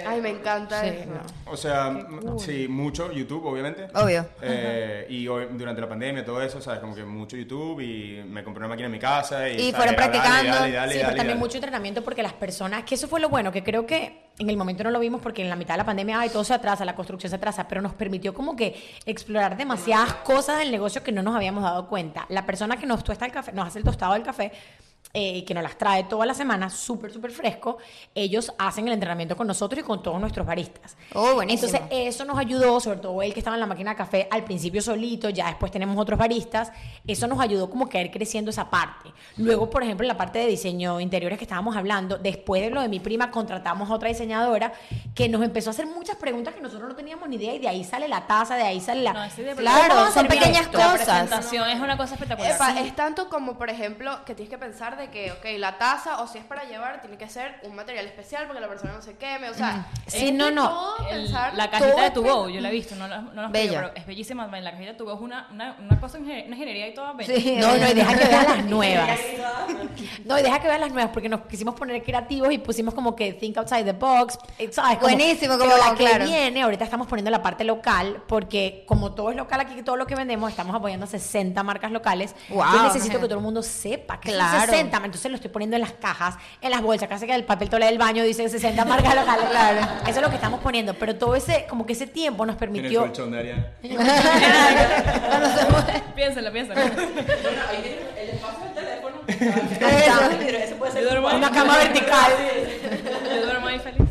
Speaker 3: Ay, me encanta
Speaker 6: Sí,
Speaker 3: eso.
Speaker 6: no.
Speaker 5: O sea, m- sí, mucho YouTube, obviamente.
Speaker 2: Obvio.
Speaker 5: Eh, y hoy- durante la pandemia, todo eso, ¿sabes? Como que mucho YouTube y me compré una máquina en mi casa. Y,
Speaker 2: Y
Speaker 5: ¿sabes?
Speaker 2: fueron
Speaker 5: Era dale,
Speaker 2: practicando.
Speaker 5: dale, dale,
Speaker 6: sí, pero
Speaker 5: dale,
Speaker 6: también
Speaker 5: dale.
Speaker 6: mucho entrenamiento porque las personas, que eso fue lo bueno, que creo que en el momento no lo vimos porque en la mitad de la pandemia, ay, todo se atrasa, la construcción se atrasa, pero nos permitió como que explorar demasiadas cosas del negocio que no nos habíamos dado cuenta. La persona que nos tuesta el café, nos hace el tostado del café, eh, y que nos las trae toda la semana, súper, súper fresco, ellos hacen el entrenamiento con nosotros y con todos nuestros baristas.
Speaker 2: Oh, buenísimo.
Speaker 4: eh,
Speaker 6: Entonces, eso nos ayudó, sobre todo el que estaba en la máquina de café al principio solito, ya después tenemos otros baristas, eso nos ayudó como que a ir creciendo esa parte. Luego, por ejemplo, en la parte de diseño interiores que estábamos hablando, después de lo de mi prima, contratamos a otra diseñadora que nos empezó a hacer muchas preguntas que nosotros no teníamos ni idea y de ahí sale la taza, de ahí sale la...
Speaker 4: No, estoy de-
Speaker 2: Claro,
Speaker 6: ¿Cómo va
Speaker 2: son
Speaker 6: a servir
Speaker 2: pequeñas
Speaker 6: esto?
Speaker 2: cosas.
Speaker 4: La presentación es una cosa espectacular.
Speaker 3: Epa, es tanto como, por ejemplo, que tienes que pensar de que, ok, la taza, o si es para llevar, tiene que ser un material especial porque la persona no se queme, o sea,
Speaker 6: Sí,
Speaker 3: es
Speaker 6: no,
Speaker 3: de
Speaker 6: no.
Speaker 3: todo
Speaker 4: El-
Speaker 3: pensar
Speaker 4: la
Speaker 3: todo
Speaker 4: cajita de
Speaker 3: el
Speaker 4: tu
Speaker 3: pe-
Speaker 4: go, yo la he visto, no la, no la
Speaker 2: Bella.
Speaker 4: pero es bellísima. En la cajita de tu go es una, una, una cosa, ingenier- una ingeniería y toda bella.
Speaker 2: Sí.
Speaker 6: No, no, y deja que vean las nuevas. No, y deja que vean las nuevas, porque nos quisimos poner creativos y pusimos como que think outside the box. eh, ¿sabes? Como-
Speaker 2: Buenísimo, como-
Speaker 6: pero la que
Speaker 2: claro.
Speaker 6: viene, ahorita estamos poniendo la parte local, porque como todo es local aquí, todo lo que vendemos, estamos apoyando a 60 marcas locales. Yo
Speaker 2: Guau.
Speaker 6: necesito que todo el mundo sepa que
Speaker 2: Claro.
Speaker 6: son 60, entonces lo estoy poniendo en las cajas, en las bolsas, casi que el papel tolé del baño dice 60 marcas locales. Claro. Eso es lo que estamos poniendo, pero todo ese, como que ese tiempo nos
Speaker 5: Tiene el
Speaker 6: permitió...
Speaker 5: colchón de Ariana.
Speaker 4: Piénsalo, piénsalo.
Speaker 1: Bueno, ahí tienen el espacio del teléfono.
Speaker 2: está.
Speaker 1: Eso puede ser
Speaker 4: Yo duermo ahí.
Speaker 6: Una cama vertical.
Speaker 4: Yo duermo ahí feliz.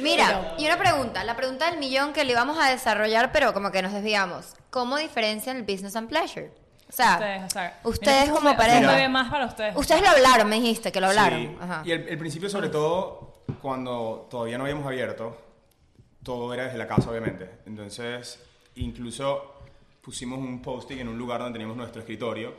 Speaker 2: Mira, y una pregunta, la pregunta del millón que le íbamos a desarrollar, pero como que nos desviamos. ¿Cómo diferencian el business and pleasure? O sea,
Speaker 4: Ustedes, o sea,
Speaker 2: Ah. ustedes
Speaker 4: mira,
Speaker 2: como
Speaker 4: un- Un
Speaker 2: pareja.
Speaker 4: bebé más para ustedes.
Speaker 2: Ustedes lo hablaron, me dijiste que lo hablaron.
Speaker 5: Sí.
Speaker 2: Ajá. Ah.
Speaker 5: Y el, el principio, sobre todo, cuando todavía no habíamos abierto, todo era desde la casa, obviamente. Entonces, incluso pusimos un posting en un lugar donde teníamos nuestro escritorio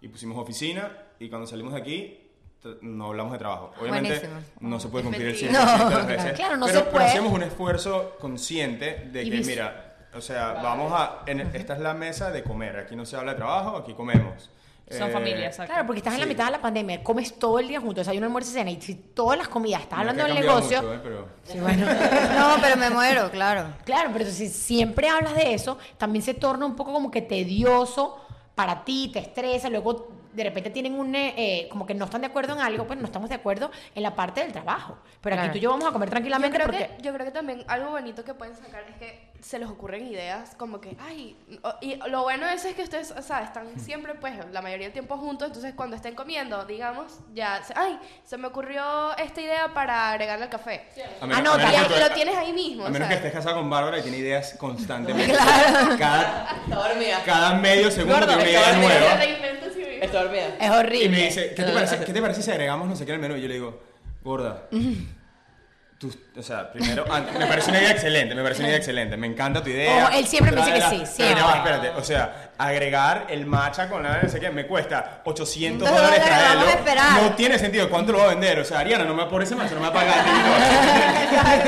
Speaker 5: y pusimos oficina y cuando salimos de aquí tr- no hablamos de trabajo. Obviamente
Speaker 2: Buenísimo.
Speaker 5: no se puede cumplir el
Speaker 3: Efectivo.
Speaker 5: 100% de las
Speaker 2: No,
Speaker 5: veces.
Speaker 2: claro, no
Speaker 5: pero,
Speaker 2: se
Speaker 5: pero
Speaker 2: puede.
Speaker 5: hacemos un esfuerzo consciente de
Speaker 6: Y
Speaker 5: que,
Speaker 6: vis-
Speaker 5: mira, o sea, vamos a... en- esta es la mesa de comer. Aquí no se habla de trabajo, aquí comemos.
Speaker 4: Son
Speaker 5: Eh,
Speaker 4: familias, exacto.
Speaker 6: Claro, porque estás en la
Speaker 5: Sí.
Speaker 6: mitad de la pandemia, comes todo el día juntos, desayuno, almuerzo, y cena, y si todas las comidas, estás
Speaker 5: mira que
Speaker 6: hablando
Speaker 5: ha
Speaker 6: del
Speaker 5: cambiado
Speaker 6: negocio.
Speaker 5: mucho, eh, pero-
Speaker 6: Sí, bueno.
Speaker 2: No, pero me muero, claro.
Speaker 6: Claro, pero si siempre hablas de eso, también se torna un poco como que tedioso para ti, te estresa, luego de repente tienen un, eh, eh, como que no están de acuerdo en algo, pues no estamos de acuerdo en la parte del trabajo. Pero
Speaker 2: Claro.
Speaker 6: aquí tú y yo vamos a comer
Speaker 3: Yo
Speaker 6: tranquilamente
Speaker 3: creo,
Speaker 6: porque...
Speaker 3: que, yo creo que también algo bonito que pueden sacar es que se les ocurren ideas como que, ay, o- y lo bueno de eso es que ustedes, o sea, están siempre, pues, la mayoría del tiempo juntos, entonces cuando estén comiendo, digamos, ya, se- ay, se me ocurrió esta idea para agregarle al café.
Speaker 5: A menos-
Speaker 6: Anota,
Speaker 5: a menos
Speaker 3: Ya,
Speaker 5: que tú-
Speaker 3: lo tienes ahí mismo.
Speaker 5: A menos que
Speaker 3: ¿sabes?
Speaker 5: estés casado con Bárbara y tiene ideas constantemente. Cada,
Speaker 1: Está dormida.
Speaker 5: cada medio segundo
Speaker 1: Gordo,
Speaker 5: tiene una idea
Speaker 1: está dormido.
Speaker 5: nueva.
Speaker 3: Reinventa sí mismo.
Speaker 1: Está dormida.
Speaker 6: Es horrible.
Speaker 5: Y me dice, ¿qué te, parece, ¿qué te parece si agregamos no sé qué al menú? Y yo le digo, gorda. tú- o sea, primero, ah, me parece una idea excelente, me parece una idea excelente, me encanta tu idea.
Speaker 6: Ojo, él siempre me dice que
Speaker 5: tráela,
Speaker 6: sí,
Speaker 5: pero ya va,
Speaker 6: siempre.
Speaker 5: espérate, o sea, agregar el matcha con la no sé qué, me cuesta 800
Speaker 2: Entonces,
Speaker 5: dólares
Speaker 2: dólares,
Speaker 5: traerlo.
Speaker 2: vamos a esperar.
Speaker 5: No tiene sentido, ¿cuánto lo va a vender? O sea, Ariana, no me, por ese matcha no me va a pagar.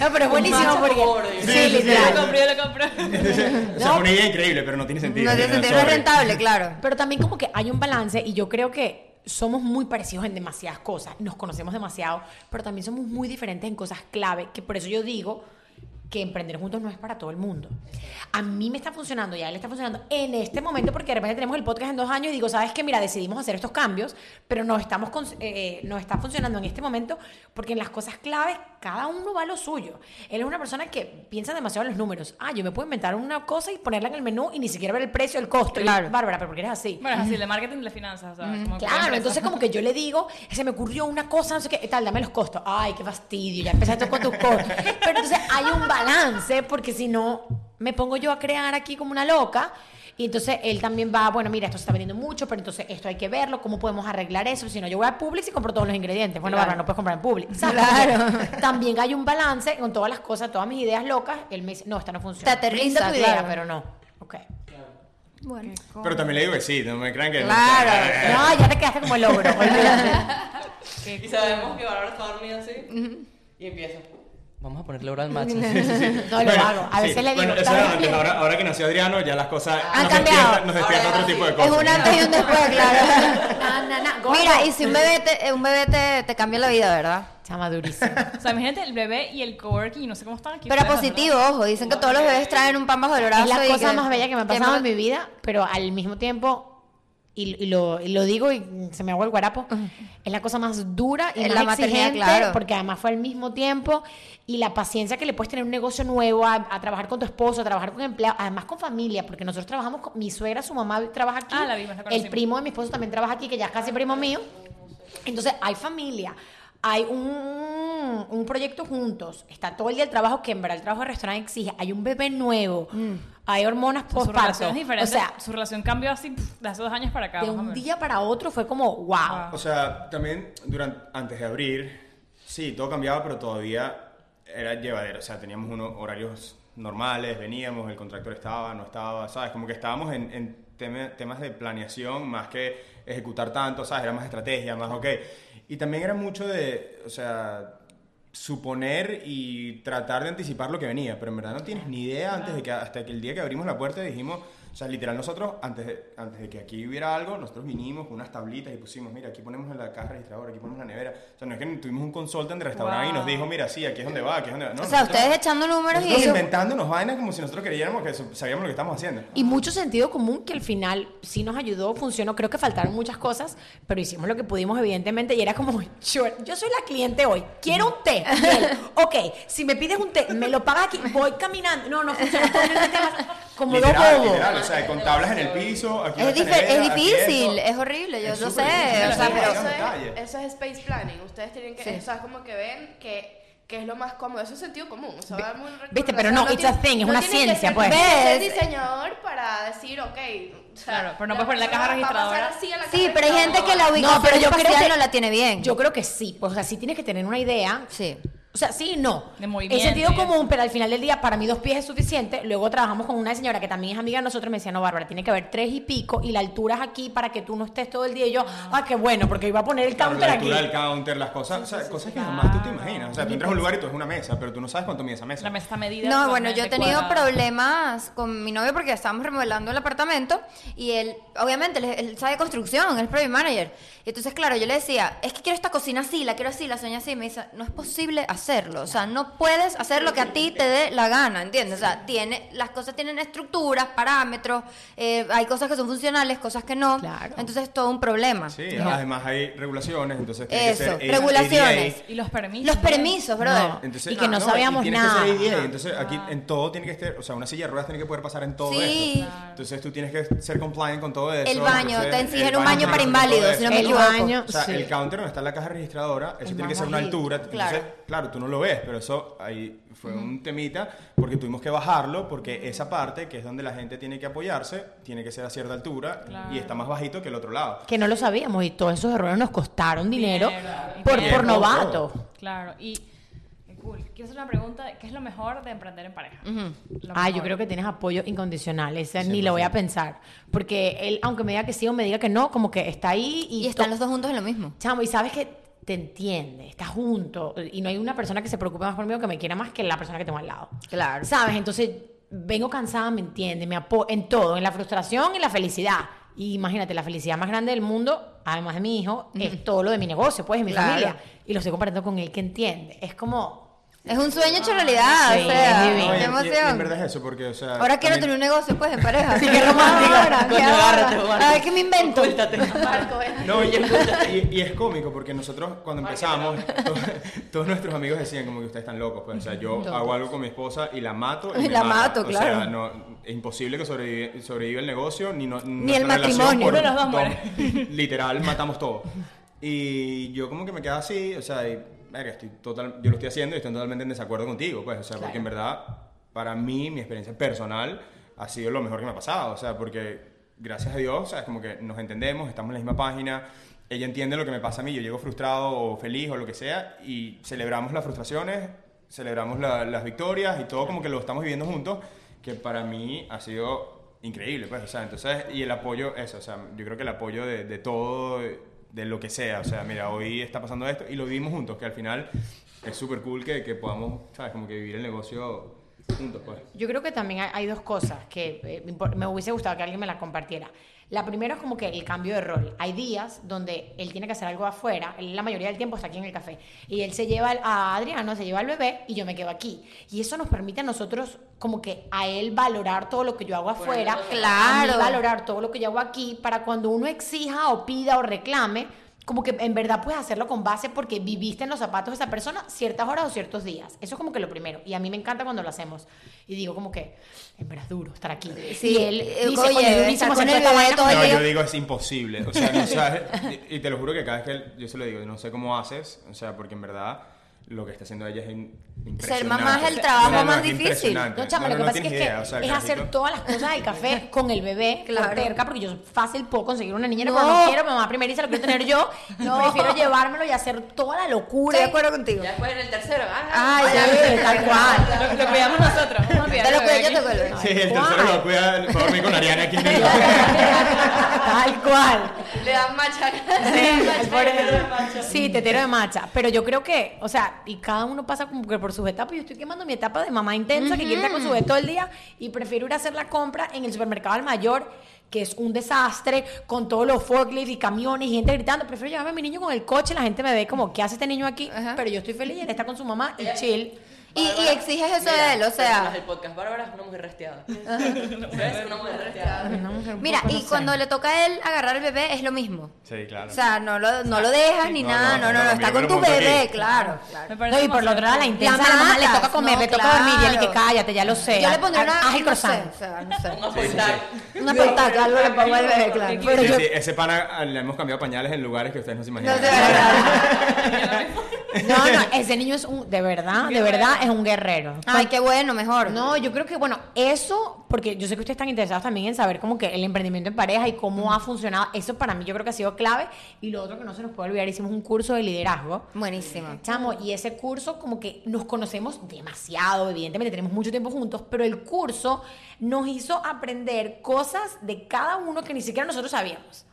Speaker 6: No, pero es buenísimo
Speaker 1: Macho
Speaker 6: porque...
Speaker 1: pobre.
Speaker 6: Sí,
Speaker 5: Sí, sí, sí.
Speaker 6: literal.
Speaker 4: Yo lo compré, yo lo compré.
Speaker 5: o sea, es una idea increíble, pero no tiene sentido.
Speaker 2: No tiene sentido, no es
Speaker 5: sorry.
Speaker 2: rentable, claro.
Speaker 6: Pero también como que hay un balance y yo creo que somos muy parecidos en demasiadas cosas, nos conocemos demasiado, pero también somos muy diferentes en cosas clave, que por eso yo digo que emprender juntos no es para todo el mundo. A mí me está funcionando y a él le está funcionando en este momento porque de repente tenemos el podcast en dos años y digo, sabes que mira, decidimos hacer estos cambios, pero nos, estamos con- eh, eh, nos está funcionando en este momento porque en las cosas claves cada uno va a lo suyo. Él es una persona que piensa demasiado en los números. Ah, yo me puedo inventar una cosa y ponerla en el menú y ni siquiera ver el precio, el costo. Y,
Speaker 2: Claro.
Speaker 6: Bárbara, pero porque eres así.
Speaker 4: Bueno, es así, de marketing y de finanzas. O sea, como que
Speaker 6: Claro,
Speaker 4: empresa.
Speaker 6: entonces como que yo le digo, "Eh, se me ocurrió una cosa, no sé qué, tal, dame los costos. Ay, qué fastidio, ya empezaste con tus costos. Pero entonces hay un balance, porque si no, me pongo yo a crear aquí como una loca. Y entonces él también va, bueno, mira, esto se está vendiendo mucho, pero entonces esto hay que verlo, cómo podemos arreglar eso. Si no, yo voy a Publix y compro todos los ingredientes. Bueno, Bárbara, no puedes comprar en Publix. ¿sabes? También hay un balance con todas las cosas, todas mis ideas locas. Él me dice, no, esta no funciona.
Speaker 2: Te aterriza,
Speaker 6: Linda tu idea,
Speaker 2: claro.
Speaker 6: pero no. Ok.
Speaker 2: Bueno.
Speaker 5: Pero también le digo que sí, no me crean que...
Speaker 2: Claro.
Speaker 6: No, ya te quedaste como el logro. olvídate.
Speaker 4: Qué
Speaker 1: Y
Speaker 4: cool.
Speaker 1: sabemos que Bárbara está dormida así. Y empieza. Vamos a ponerle hora al macho.
Speaker 6: No lo
Speaker 5: Bueno,
Speaker 6: hago. A
Speaker 5: sí.
Speaker 6: veces le digo.
Speaker 5: Bueno, eso
Speaker 6: "Dale,
Speaker 5: era antes.
Speaker 6: play".
Speaker 5: Ahora, ahora que nació Adriano, ya las cosas
Speaker 2: Han
Speaker 5: nos
Speaker 2: cambiado.
Speaker 5: despiertan, nos despiertan
Speaker 1: Ahora
Speaker 5: otro tipo de
Speaker 1: sí.
Speaker 5: cosas.
Speaker 2: Es un antes y un después, claro.
Speaker 6: Na, na, na, gordo.
Speaker 2: Mira, y si un bebé te, eh, un bebé te, te cambia la vida, ¿verdad?
Speaker 6: Chama durísimo.
Speaker 4: O sea, imagínate el bebé y el coworking y no sé cómo están aquí.
Speaker 2: Pero
Speaker 4: ustedes,
Speaker 2: positivo, ojo, dicen que todos los bebés traen un pan bajo el brazo.
Speaker 6: Es la
Speaker 2: y
Speaker 6: cosa más bella que me ha pasado
Speaker 2: ma-
Speaker 6: en mi vida, pero al mismo tiempo, y, y lo, y lo digo y se me hago el guarapo, es la cosa más dura y
Speaker 2: Es
Speaker 6: más
Speaker 2: la maternidad,
Speaker 6: exigente,
Speaker 2: claro.
Speaker 6: porque además fue al mismo tiempo, y la paciencia que le puedes tener un negocio nuevo, a, a trabajar con tu esposo, a trabajar con empleados, además con familia, porque nosotros trabajamos con mi suegra, su mamá trabaja aquí,
Speaker 4: Ah, la vimos, la
Speaker 6: el
Speaker 4: conocimos.
Speaker 6: primo de mi esposo también trabaja aquí, que ya es casi primo mío. Entonces, hay familia, hay un, un proyecto juntos, está todo el día el trabajo que en verdad el trabajo de restaurante exige, hay un bebé nuevo, hay hormonas
Speaker 4: Su
Speaker 6: postparto.
Speaker 4: relación es
Speaker 6: O
Speaker 4: diferente.
Speaker 6: sea,
Speaker 4: su relación cambió así pf, de hace dos años para acá.
Speaker 6: de
Speaker 4: más o
Speaker 6: un
Speaker 4: menos.
Speaker 6: día para otro fue como, wow.
Speaker 5: O sea, también durante, antes de abrir, sí, todo cambiaba, pero todavía era llevadero. O sea, teníamos unos horarios normales, veníamos, el contractor estaba, no estaba, ¿sabes? Como que estábamos en, en teme- temas de planeación más que ejecutar tanto, ¿sabes? Era más estrategia, más ok. Y también era mucho de, o sea, suponer y tratar de anticipar lo que venía, pero en verdad no tienes ni idea antes de que hasta que el día que abrimos la puerta dijimos, o sea, literal nosotros antes de, antes de que aquí hubiera algo, nosotros vinimos con unas tablitas y pusimos, mira, aquí ponemos la caja registradora, aquí ponemos la nevera. O sea, no es que tuvimos un consultant de restaurante y nos dijo, mira, sí, aquí es donde va, aquí es donde va. No,
Speaker 2: O sea,
Speaker 5: nosotros-
Speaker 2: ustedes echando números y...
Speaker 5: nosotros inventándonos vainas como si nosotros creyéramos que so- sabíamos lo que estábamos haciendo.
Speaker 6: Y mucho sentido común que al final sí nos ayudó, funcionó. Creo que faltaron muchas cosas, pero hicimos lo que pudimos, evidentemente. Y era como, sure, yo soy la cliente hoy, quiero un té. Y él, ok, si me pides un té, me lo pagas aquí, voy caminando. No, no funciona. ponme un té más. Como dos
Speaker 5: literal,
Speaker 6: bobos.
Speaker 5: literal, o sea, con tablas en el piso, aquí va
Speaker 2: Es,
Speaker 5: esta
Speaker 2: dife-
Speaker 5: nevera,
Speaker 2: es
Speaker 5: aquí
Speaker 2: difícil,
Speaker 5: esto.
Speaker 2: es horrible, yo
Speaker 5: Es
Speaker 2: lo sé.
Speaker 5: súper difícil,
Speaker 2: O sea,
Speaker 5: es
Speaker 2: pero...
Speaker 3: eso,
Speaker 5: demasiado. detalle.
Speaker 3: es, eso es space planning. Ustedes tienen que, o sea, como que ven que que es lo más cómodo. Eso es sentido común. O sea, va muy
Speaker 6: Viste,
Speaker 3: recurrente.
Speaker 6: pero
Speaker 3: O sea,
Speaker 6: no, it's a
Speaker 3: tiene-
Speaker 6: thing, es
Speaker 3: no
Speaker 6: una
Speaker 3: tienes que
Speaker 6: ciencia,
Speaker 3: ser-
Speaker 6: pues.
Speaker 3: tienes que ser
Speaker 2: ¿Ves?
Speaker 3: diseñador para decir, ok. o sea,
Speaker 4: Claro, pero no puedes poner la caja
Speaker 3: persona va a pasar
Speaker 4: registradora.
Speaker 3: así a la
Speaker 2: Sí,
Speaker 3: caja
Speaker 2: pero hay gente que la
Speaker 3: registradora.
Speaker 2: ubicación
Speaker 6: pero yo creo
Speaker 2: espacial
Speaker 6: que-
Speaker 2: no la tiene bien.
Speaker 6: Yo creo que sí, pues o sea, sí tienes que tener una idea.
Speaker 2: Sí.
Speaker 6: O sea, sí, no.
Speaker 4: De movimiento
Speaker 6: Es sentido
Speaker 4: y eso.
Speaker 6: común, pero al final del día, para mí dos pies es suficiente. Luego trabajamos con una señora que también es amiga de nosotros, me decía, no, Bárbara, tiene que haber tres y pico y la altura es aquí para que tú no estés todo el día. Y yo, ah, qué bueno, porque iba a poner el
Speaker 5: Claro,
Speaker 6: counter
Speaker 5: la
Speaker 6: aquí.
Speaker 5: altura del counter, las cosas, o sea, cosas que jamás tú te imaginas. O sea, tú entras a un lugar y tú ves una mesa, pero tú no sabes cuánto mide esa mesa.
Speaker 4: La mesa está medida.
Speaker 2: No, bueno, yo he
Speaker 4: totalmente
Speaker 2: tenido
Speaker 4: cuadrada.
Speaker 2: problemas con mi novio porque estábamos remodelando el apartamento y él, obviamente, él, él sabe de construcción, él es project manager. Y entonces, claro, yo le decía, es que quiero esta cocina así, la quiero así, la sueño así. Y me dice, no es posible hacerlo, o sea, no puedes hacer lo que a ti te dé la gana, ¿entiendes? O sea, tiene, las cosas tienen estructuras, parámetros, eh, hay cosas que son funcionales, cosas que no.
Speaker 6: Claro.
Speaker 2: Entonces, es todo un problema.
Speaker 5: Sí, además hay regulaciones, entonces tiene
Speaker 2: Eso,
Speaker 5: que ser
Speaker 2: regulaciones.
Speaker 4: Y los permisos.
Speaker 2: Los
Speaker 4: bien.
Speaker 2: permisos, brother.
Speaker 6: No. Y
Speaker 5: ah,
Speaker 6: que no sabíamos
Speaker 5: tienes
Speaker 6: nada.
Speaker 5: Que ser ADA,
Speaker 6: Ajá.
Speaker 5: entonces aquí en todo tiene que estar, o sea, una silla de ruedas tiene que poder pasar en todo
Speaker 2: Sí.
Speaker 5: esto. Entonces tú tienes que ser compliant con todo eso.
Speaker 2: El baño,
Speaker 5: entonces,
Speaker 2: te
Speaker 5: el
Speaker 2: exigen un baño
Speaker 5: tiene
Speaker 2: para
Speaker 5: que pasar
Speaker 2: inválidos,
Speaker 5: todo
Speaker 2: si no
Speaker 5: eso.
Speaker 2: me
Speaker 6: El
Speaker 2: equivoco.
Speaker 6: baño,
Speaker 5: O sea,
Speaker 6: sí.
Speaker 5: el counter donde está la caja registradora, eso
Speaker 6: Es
Speaker 5: tiene que
Speaker 6: más
Speaker 5: ser una
Speaker 6: bajito,
Speaker 5: altura. Entonces,
Speaker 2: claro.
Speaker 5: claro, tú no lo ves, pero eso ahí fue un temita porque tuvimos que bajarlo porque esa parte, que es donde la gente tiene que apoyarse, tiene que ser a cierta altura y está más bajito que el otro lado.
Speaker 6: Que no lo sabíamos y todos esos errores nos costaron dinero,
Speaker 4: Dinero.
Speaker 6: por,
Speaker 4: Tiempo,
Speaker 6: por novatos.
Speaker 4: Claro, y. qué Cool. Quiero hacer una pregunta: ¿qué es lo mejor de emprender en pareja? Lo
Speaker 6: Ah, yo
Speaker 4: mejor.
Speaker 6: creo que tienes apoyo incondicional, esa ni lo voy a pensar. Porque él, aunque me diga que sí o me diga que no, como que está ahí y,
Speaker 2: Y están
Speaker 6: to-
Speaker 2: los dos juntos en lo mismo.
Speaker 6: Chamo, y sabes que te entiende, está junto y no hay una persona que se preocupe más por mí o que me quiera más que la persona que tengo al lado.
Speaker 2: Claro.
Speaker 6: ¿Sabes? Entonces vengo cansada, me entiende, me apoya en todo, en la frustración y en la felicidad. Y imagínate, la felicidad más grande del mundo, además de mi hijo, es todo lo de mi negocio, pues, de mi
Speaker 2: Claro.
Speaker 6: familia. Y lo estoy compartiendo con él que entiende. Es como,
Speaker 2: Es un sueño hecho realidad,
Speaker 6: Sí,
Speaker 2: o sea,
Speaker 6: es divino.
Speaker 5: No,
Speaker 2: qué
Speaker 5: y- y- y en
Speaker 2: emoción.
Speaker 5: verdad es eso, porque, o sea.
Speaker 2: Ahora quiero
Speaker 5: también-
Speaker 2: tener un negocio, pues, en pareja.
Speaker 6: Sí, qué romántico.
Speaker 2: Ahora, ¿qué
Speaker 1: Coño,
Speaker 2: ahora?
Speaker 1: agárrate, Marco.
Speaker 2: A ver, ¿qué me invento?
Speaker 1: Ocúltate.
Speaker 3: Marco, ven.
Speaker 5: No, y, y- y es cómico porque nosotros cuando empezamos, to- todos nuestros amigos decían como que ustedes están locos. Pues, o sea, yo hago algo con mi esposa y la mato. Y
Speaker 2: Y
Speaker 5: me
Speaker 2: la
Speaker 5: mata.
Speaker 2: mato,
Speaker 5: O
Speaker 2: claro.
Speaker 5: sea, no, es imposible que sobrevive, sobreviva el negocio ni, no-
Speaker 2: Ni el
Speaker 5: nuestra relación
Speaker 2: matrimonio.
Speaker 5: por
Speaker 4: Uno de los dos
Speaker 5: dos-
Speaker 4: muere.
Speaker 5: Literal, matamos todo. Y yo como que me quedo así, o sea, y, verga, estoy total, yo lo estoy haciendo y estoy totalmente en desacuerdo contigo. Pues, o sea, porque en verdad, para mí, mi experiencia personal ha sido lo mejor que me ha pasado. O sea, porque gracias a Dios, ¿sabes? Como que nos entendemos, estamos en la misma página, ella entiende lo que me pasa a mí, yo llego frustrado o feliz o lo que sea, y celebramos las frustraciones, celebramos la- las victorias y todo como que lo estamos viviendo juntos, que para mí ha sido increíble, pues, o sea, entonces, y el apoyo, eso, o sea, yo creo que el apoyo de, de todo, de lo que sea, o sea, mira, hoy está pasando esto y lo vivimos juntos, que al final es súper cool que, que podamos, ¿sabes? Como que vivir el negocio juntos, pues.
Speaker 6: yo creo que también hay, hay dos cosas que eh, me impor- me hubiese gustado que alguien me las compartiera. La primera es como que el cambio de rol. Hay días donde él tiene que hacer algo afuera, él la mayoría del tiempo está aquí en el café, y él se lleva al- a Adriano, se lleva al bebé y yo me quedo aquí. Y eso nos permite a nosotros como que a él valorar todo lo que yo hago afuera,
Speaker 2: Claro.
Speaker 6: a mí valorar todo lo que yo hago aquí, para cuando uno exija o pida o reclame, como que en verdad puedes hacerlo con base porque viviste en los zapatos de esa persona ciertas horas o ciertos días. Eso es como que lo primero. Y a mí me encanta cuando lo hacemos. Y digo como que, en verdad es duro estar aquí.
Speaker 2: Sí,
Speaker 6: y él
Speaker 2: eh,
Speaker 6: dice,
Speaker 2: oye,
Speaker 6: "Coño, es
Speaker 2: estar
Speaker 6: durísimo
Speaker 2: con
Speaker 6: hacer
Speaker 2: el
Speaker 6: toda esta
Speaker 2: bebé
Speaker 6: vaina".
Speaker 2: todo el
Speaker 5: No,
Speaker 2: día.
Speaker 5: yo digo es imposible. O sea, no sabes. Y, y te lo juro que cada vez que él- yo se lo digo, no sé cómo haces. O sea, porque en verdad lo que está haciendo ella es in- impresionante.
Speaker 2: mamá es el trabajo más
Speaker 5: es
Speaker 2: difícil.
Speaker 5: impresionante.
Speaker 6: No, chama,
Speaker 5: No,
Speaker 6: lo que
Speaker 5: no
Speaker 6: pasa es
Speaker 5: tienes
Speaker 6: que,
Speaker 5: idea, o sea, el
Speaker 6: es hacer
Speaker 5: carajito-
Speaker 6: todas las cosas del café con el bebé, claro.
Speaker 2: Claro.
Speaker 6: terca, porque yo fácil puedo conseguir una niñera,
Speaker 2: No.
Speaker 6: pero no quiero, mamá primeriza lo quiero tener yo, y prefiero llevármelo y hacer toda la locura.
Speaker 2: Estoy de acuerdo contigo.
Speaker 1: Ya después en el tercero. Ah,
Speaker 2: Ay, ya
Speaker 6: Sí, tal cual.
Speaker 4: Lo, lo cuidamos nosotros. Vamos a cuidar
Speaker 2: Te lo
Speaker 4: al bebé
Speaker 2: cuido, yo te
Speaker 4: aquí.
Speaker 2: cuelgo.
Speaker 5: Sí, el
Speaker 6: Guau.
Speaker 5: tercero lo cuida, va a dormir con Ariana aquí en el
Speaker 6: Tal cual.
Speaker 3: Le dan macha.
Speaker 6: Sí, por eso. Sí, tetero de macha. Pero yo creo que, o sea, y cada uno pasa como que por sus etapas. Yo estoy quemando mi etapa de mamá intensa que quiere estar con su bebé todo el día y prefiero ir a hacer la compra en el supermercado al mayor, que es un desastre, con todos los forklifts y camiones y gente gritando. Prefiero llevarme a mi niño con el coche, la gente me ve como, ¿qué hace este niño aquí?
Speaker 2: Ajá.
Speaker 6: Pero yo estoy feliz, él está con su mamá y chill.
Speaker 2: Y, y exiges eso de él, o
Speaker 1: El
Speaker 2: sea.
Speaker 1: podcast Bárbara es una mujer resteada. ¿Sabes? Una mujer resteada.
Speaker 2: Mira, y cuando le toca a él agarrar el bebé, es lo mismo.
Speaker 5: Sí, claro.
Speaker 2: O sea, no lo, no lo dejas ni
Speaker 5: No,
Speaker 2: nada, no, no, no,
Speaker 5: no,
Speaker 2: está
Speaker 5: yo
Speaker 2: con
Speaker 5: me
Speaker 2: tu
Speaker 5: lo monto aquí.
Speaker 2: bebé, claro. claro.
Speaker 4: Me
Speaker 6: No,
Speaker 4: parece
Speaker 6: y por lo otro lado, la
Speaker 4: demasiado.
Speaker 6: intensa de la mamá le
Speaker 2: matas,
Speaker 6: toca comer,
Speaker 2: no,
Speaker 6: le toca dormir y él y que
Speaker 2: claro.
Speaker 6: cállate, ya lo sé.
Speaker 2: Yo
Speaker 6: haz-
Speaker 2: le pondré una.
Speaker 6: haz ah, el
Speaker 2: no sé,
Speaker 6: croissant.
Speaker 2: o sea, no sé.
Speaker 1: Un apostar.
Speaker 2: Una pantalla, algo le pongo al bebé, claro.
Speaker 4: Porque
Speaker 2: Pero
Speaker 5: Sí,
Speaker 2: yo-
Speaker 5: sí, ese pana ah, le hemos cambiado pañales en lugares que ustedes no se
Speaker 2: No
Speaker 5: imaginan.
Speaker 2: sé.
Speaker 4: Y yo la-
Speaker 6: No, No, no, ese niño es un, de verdad, de verdad es un guerrero. Ah.
Speaker 2: Ay, qué bueno, mejor.
Speaker 6: No, yo creo que, bueno, eso, porque yo sé que ustedes están interesados también en saber como que el emprendimiento en pareja y cómo ha funcionado, eso para mí yo creo que ha sido clave. Y lo otro que no se nos puede olvidar, hicimos un curso de liderazgo.
Speaker 2: Buenísimo.
Speaker 6: Chamo, y ese curso como que nos conocemos demasiado, evidentemente tenemos mucho tiempo juntos, pero el curso nos hizo aprender cosas de cada uno que ni siquiera nosotros sabíamos.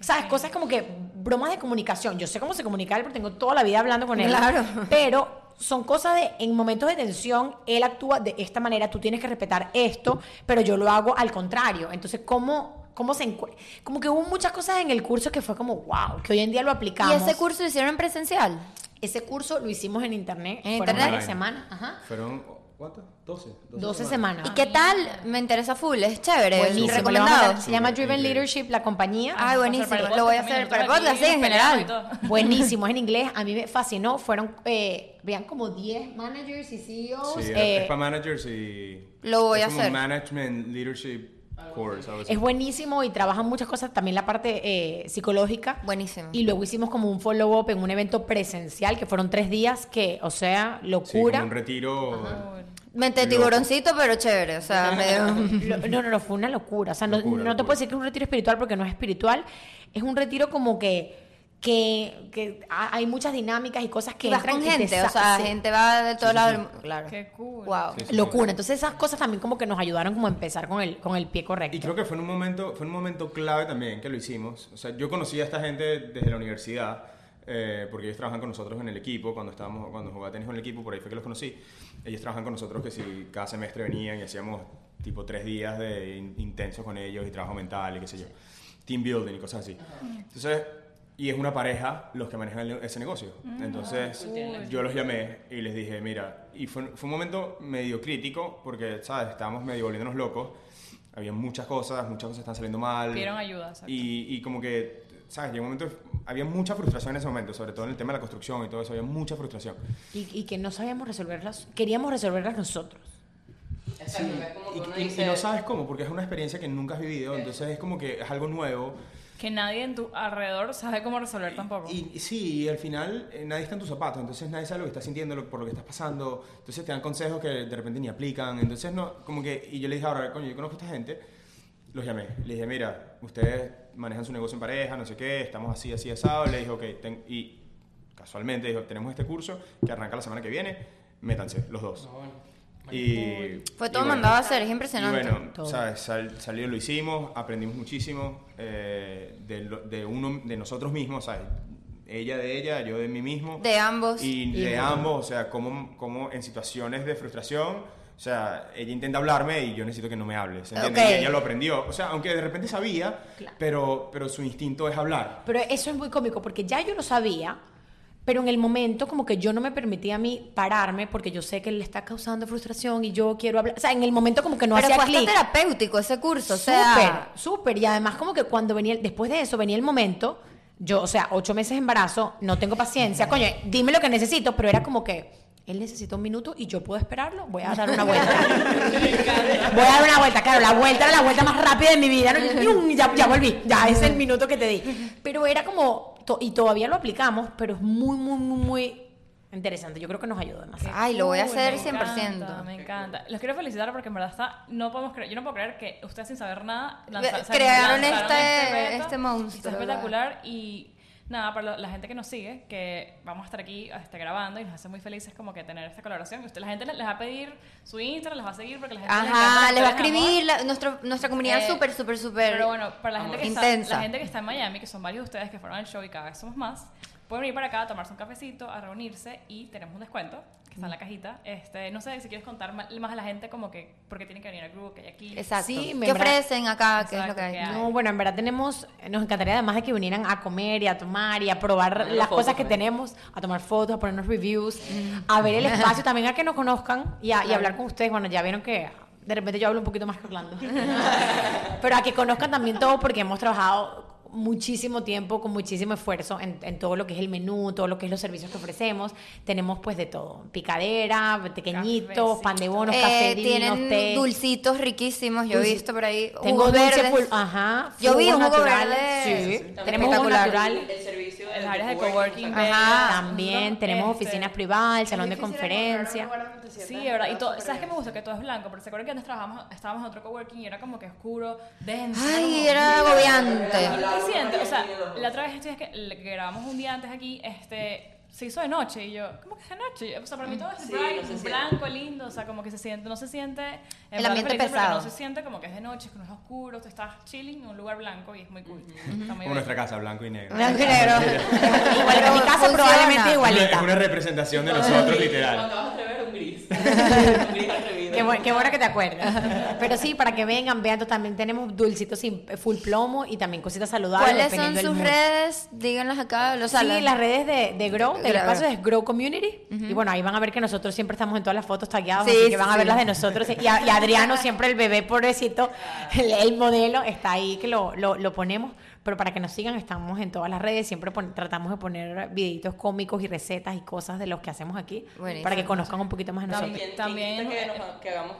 Speaker 6: ¿Sabes? Cosas como que bromas de comunicación. Yo sé cómo se comunica él porque tengo toda la vida hablando con él.
Speaker 2: Claro.
Speaker 6: Pero son cosas de, en momentos de tensión, él actúa de esta manera, tú tienes que respetar esto, pero yo lo hago al contrario. Entonces, ¿cómo, cómo se encu- Como que hubo muchas cosas en el curso que fue como, wow, que hoy en día lo
Speaker 2: ¿Y
Speaker 6: aplicamos.
Speaker 2: ese curso lo hicieron en presencial?
Speaker 6: Ese curso lo hicimos en internet.
Speaker 2: En
Speaker 6: fueron
Speaker 2: internet.
Speaker 6: varias semanas. Ajá.
Speaker 5: Fueron, ¿cuántas? 12.
Speaker 6: 12
Speaker 4: Ah.
Speaker 6: semanas.
Speaker 2: ¿Y qué tal? Me interesa full, es chévere,
Speaker 6: Buenísimo. Le vamos a
Speaker 2: recomendado.
Speaker 6: mandar- Se llama
Speaker 5: Súper,
Speaker 6: Driven
Speaker 5: increíble.
Speaker 6: Leadership, la compañía.
Speaker 2: Ay, buenísimo,
Speaker 4: Vamos a
Speaker 2: lo voy a
Speaker 4: también,
Speaker 2: hacer para
Speaker 4: nosotros
Speaker 2: podcast, sí,
Speaker 4: aquí
Speaker 2: en
Speaker 4: peleando y
Speaker 2: general.
Speaker 4: todo.
Speaker 6: Buenísimo, es en inglés. A mí me fascinó. Fueron, eh, vean, como 10 managers y CEOs.
Speaker 5: Sí,
Speaker 6: eh,
Speaker 5: es para managers y...
Speaker 2: Lo voy
Speaker 5: es
Speaker 2: a
Speaker 5: como
Speaker 2: hacer.
Speaker 5: management leadership course. algo así.
Speaker 6: es buenísimo y trabajan muchas cosas, también la parte eh, psicológica.
Speaker 2: Buenísimo.
Speaker 6: Y luego hicimos como un follow-up en un evento presencial que fueron tres días que, o sea,
Speaker 5: Sí, como
Speaker 6: locura.
Speaker 5: un retiro.
Speaker 2: Mente de
Speaker 5: Loco.
Speaker 2: tiburoncito, pero chévere, o sea, medio...
Speaker 6: Lo- no, no, no, fue una locura. O sea, no,
Speaker 5: Locura,
Speaker 6: no te
Speaker 5: locura.
Speaker 6: puedo decir que es un retiro espiritual porque no es espiritual. Es un retiro como que, que, que ha- hay muchas dinámicas y cosas que
Speaker 2: Y vas
Speaker 6: entran
Speaker 2: con
Speaker 6: y te
Speaker 2: gente,
Speaker 6: sa-
Speaker 2: o sea,
Speaker 6: sí.
Speaker 2: gente va de todos
Speaker 5: sí,
Speaker 2: lados
Speaker 5: sí.
Speaker 2: del mundo. Claro.
Speaker 4: Qué cool.
Speaker 2: Wow.
Speaker 5: Sí, sí, sí.
Speaker 6: Locura. Entonces esas cosas también como que nos ayudaron como a empezar con el, con el pie correcto.
Speaker 5: Y creo que fue en un momento, fue en un momento clave también que lo hicimos. O sea, yo conocí a esta gente desde la universidad, eh, porque ellos trabajan con nosotros en el equipo, cuando estábamos, cuando jugaba tenis con el equipo, por ahí fue que los conocí. Ellos trabajan con nosotros que si cada semestre venían y hacíamos tipo tres días de in- intensos con ellos y trabajo mental y qué sé yo. Team building y cosas así. Entonces, y es una pareja los que manejan el- ese negocio. Entonces, yo los llamé y les dije, mira, y fue, fue un momento medio crítico porque, ¿sabes? Estábamos medio volviéndonos locos había muchas cosas, muchas cosas están saliendo mal.
Speaker 4: Pidieron ayuda, exacto.
Speaker 5: Y, y como que, ¿sabes? Llegó un momento, había mucha frustración en ese momento, sobre todo en el tema de la construcción y todo eso, había mucha frustración.
Speaker 6: Y, y que no sabíamos resolverlas, queríamos resolverlas nosotros.
Speaker 1: Exacto, es como que
Speaker 5: Y,
Speaker 1: uno
Speaker 5: y- y
Speaker 1: dice,
Speaker 5: no sabes cómo, porque es una experiencia que nunca has vivido, entonces es como que es algo nuevo.
Speaker 4: Que nadie en tu alrededor sabe cómo resolver tampoco.
Speaker 5: Y, y sí, y al final eh, nadie está en tus zapatos, entonces nadie sabe lo que estás sintiendo, lo- por lo que estás pasando, entonces te dan consejos que de repente ni aplican, entonces no, como que, y yo le dije ahora, coño, yo conozco a esta gente, los llamé, les dije, mira, ustedes manejan su negocio en pareja, no sé qué, estamos así, así, asado, le dije, ok, ten- y casualmente dijo, tenemos este curso que arranca la semana que viene, métanse, los dos. Y,
Speaker 2: Fue
Speaker 5: y
Speaker 2: todo
Speaker 5: bueno.
Speaker 2: mandado a hacer, es impresionante.
Speaker 5: Y bueno,
Speaker 6: Todo.
Speaker 5: ¿sabes? Sal- salió, lo hicimos, aprendimos muchísimo eh, de, lo- de uno, de nosotros mismos, ¿sabes? Ella de ella, yo de mí mismo.
Speaker 2: De ambos.
Speaker 5: Y
Speaker 6: Y
Speaker 5: de
Speaker 6: bueno.
Speaker 5: ambos, o sea, como, como en situaciones de frustración, o sea, ella intenta hablarme y yo necesito que no me hable, ¿se entiende?
Speaker 2: Ok.
Speaker 5: Y ella lo aprendió, o sea, aunque de repente sabía, pero, pero su instinto es hablar.
Speaker 6: Pero eso es muy cómico porque ya yo lo sabía, pero en el momento como que yo no me permitía a mí pararme porque yo sé que le está causando frustración y yo quiero hablar. O sea, en el momento como que no
Speaker 2: pero
Speaker 6: hacía
Speaker 2: fue hasta
Speaker 6: clic.
Speaker 2: terapéutico ese curso, o sea...
Speaker 6: Súper, súper. Y además como que cuando venía, el- después de eso venía el momento, yo, o sea, ocho meses de embarazo, no tengo paciencia, coño, dime lo que necesito, pero era como que... Él necesita un minuto y yo puedo esperarlo. Voy a dar una vuelta. Voy a dar una vuelta, claro, la vuelta era la vuelta más rápida de mi vida. ¿no? ¡Yum! Ya, ya volví, ya es el minuto que te di. Pero era como, to- y todavía lo aplicamos, pero es muy, muy, muy, muy interesante. Yo creo que nos ayudó
Speaker 4: Qué
Speaker 6: demasiado.
Speaker 2: Ay, lo voy a
Speaker 4: cool,
Speaker 2: hacer
Speaker 4: me
Speaker 2: 100%.
Speaker 4: encanta, me encanta. Los quiero felicitar porque en verdad está, no podemos creer, yo no puedo creer que ustedes sin saber nada lanza-
Speaker 2: Ve-
Speaker 4: o sea,
Speaker 2: crearon
Speaker 4: lanzaron
Speaker 2: este-
Speaker 4: reto.
Speaker 2: este monstruo,
Speaker 4: Está espectacular y nada, para lo- la gente que nos sigue, que vamos a estar aquí este, grabando y nos hace muy felices como que tener esta colaboración. Usted, la gente les, les va a pedir su Instagram, les va a seguir porque la gente
Speaker 2: Ajá,
Speaker 4: les encanta
Speaker 2: les va a
Speaker 4: ustedes, amor.
Speaker 2: escribir, la- nuestro- nuestra comunidad
Speaker 4: Eh,
Speaker 2: súper, súper, súper
Speaker 4: Pero bueno, para la gente, que está,
Speaker 2: intensa.
Speaker 4: la gente que está en Miami, que son varios de ustedes que fueron al show y cada vez somos más, pueden venir para acá a tomarse un cafecito, a reunirse y tenemos un descuento que está en la cajita. Este, no sé si quieres contar ma- más a la gente como que por qué tienen que venir al grupo que hay aquí.
Speaker 2: Exacto.
Speaker 6: Sí, me
Speaker 2: ¿Qué
Speaker 6: embra-
Speaker 2: ofrecen acá? ¿Qué es lo que
Speaker 4: Exacto,
Speaker 2: hay?
Speaker 4: ¿qué hay?
Speaker 6: No, bueno, en verdad tenemos, nos encantaría además de que vinieran a comer y a tomar y a probar
Speaker 1: Poner
Speaker 6: las
Speaker 1: fotos
Speaker 6: cosas que
Speaker 1: también.
Speaker 6: tenemos, a tomar fotos, a ponernos reviews, a ver el espacio también, a que nos conozcan y a, y a hablar con ustedes. Bueno, ya vieron que de repente yo hablo un poquito más que Orlando. Pero a que conozcan también todo porque hemos trabajado muchísimo tiempo, con muchísimo esfuerzo en, en todo lo que es el menú, todo lo que es los servicios que ofrecemos. Tenemos pues de todo, picadera, pequeñitos,
Speaker 4: Cafecito.
Speaker 6: pan de bonos,
Speaker 2: Eh,
Speaker 6: café divino,
Speaker 2: tienen
Speaker 6: té.
Speaker 2: dulcitos riquísimos, yo he
Speaker 6: Dulce-
Speaker 2: visto por ahí.
Speaker 6: Tengo
Speaker 2: jugos
Speaker 6: dulce
Speaker 2: verdes.
Speaker 6: pul- ajá,
Speaker 2: Yo vi
Speaker 6: jugos
Speaker 2: un jugo
Speaker 6: naturales,
Speaker 2: verde.
Speaker 6: sí.
Speaker 2: Sí, sí.
Speaker 6: Tenemos jugo
Speaker 2: Espectacular.
Speaker 6: natural.
Speaker 1: El servicio Ah, áreas
Speaker 4: las áreas de coworking.
Speaker 6: Ajá,
Speaker 4: bellas,
Speaker 6: también
Speaker 4: ¿no?
Speaker 6: tenemos
Speaker 4: Este,
Speaker 6: oficinas privadas, el salón de
Speaker 3: difícil encontrar
Speaker 6: conferencia.
Speaker 3: un lugar donde te sientas
Speaker 4: Sí, de verdad. Y
Speaker 3: enamorado
Speaker 4: todo,
Speaker 3: súper
Speaker 4: ¿Sabes qué
Speaker 3: bien.
Speaker 4: me gusta? Que todo es blanco. Pero se acuerdan que antes trabajamos, estábamos en otro coworking y era como que oscuro, denso.
Speaker 2: Ay,
Speaker 4: como-
Speaker 2: era
Speaker 4: ¿Y
Speaker 2: agobiante.
Speaker 4: tú te sientes? O sea, la otra vez esto es que le- que grabamos un día antes aquí, este, se hizo de noche y yo, ¿cómo que es de noche? O sea, para mí todo es
Speaker 1: Sí,
Speaker 4: bright,
Speaker 1: no se siente.
Speaker 4: blanco, lindo, o sea, como que se siente, no se siente... en verdad
Speaker 2: ambiente
Speaker 4: feliz, pero
Speaker 2: pesado.
Speaker 4: No se siente como que es de noche, que no es oscuro, tú estás chilling en un lugar blanco y es muy cool. Está muy
Speaker 5: Como
Speaker 4: bello.
Speaker 5: nuestra casa, blanco y negro.
Speaker 2: Blanco y negro.
Speaker 6: Igual que mi casa probablemente
Speaker 5: Es
Speaker 6: igualita.
Speaker 5: una representación de nosotros, literal.
Speaker 1: Cuando vas a atrever un gris. un gris atrevido.
Speaker 6: Qué bueno, qué bueno que te acuerdas. Pero sí, para que vengan, vean, también tenemos dulcitos sin full plomo y también cositas saludables.
Speaker 2: ¿Cuáles son
Speaker 6: dependiendo del
Speaker 2: sus
Speaker 6: mood.
Speaker 2: redes? Díganlas acá. Los
Speaker 6: Sí, las redes de, de Grow, del
Speaker 2: Grow.
Speaker 6: espacio es Grow Community. Y bueno, ahí van a ver que nosotros siempre estamos en todas las fotos tagueados,
Speaker 2: Sí,
Speaker 6: así que
Speaker 2: sí,
Speaker 6: van a
Speaker 2: sí.
Speaker 6: ver las de nosotros. Y, a- y Adriano, siempre el bebé pobrecito, el, el modelo, está ahí que lo, lo- lo ponemos. Pero para que nos sigan, estamos en todas las redes. Siempre pon- tratamos de poner videitos cómicos y recetas y cosas de los que hacemos aquí.
Speaker 2: Buenísimo.
Speaker 6: Para que conozcan un poquito más de nosotros.
Speaker 1: También,
Speaker 4: También-
Speaker 1: también que, nos- que hagamos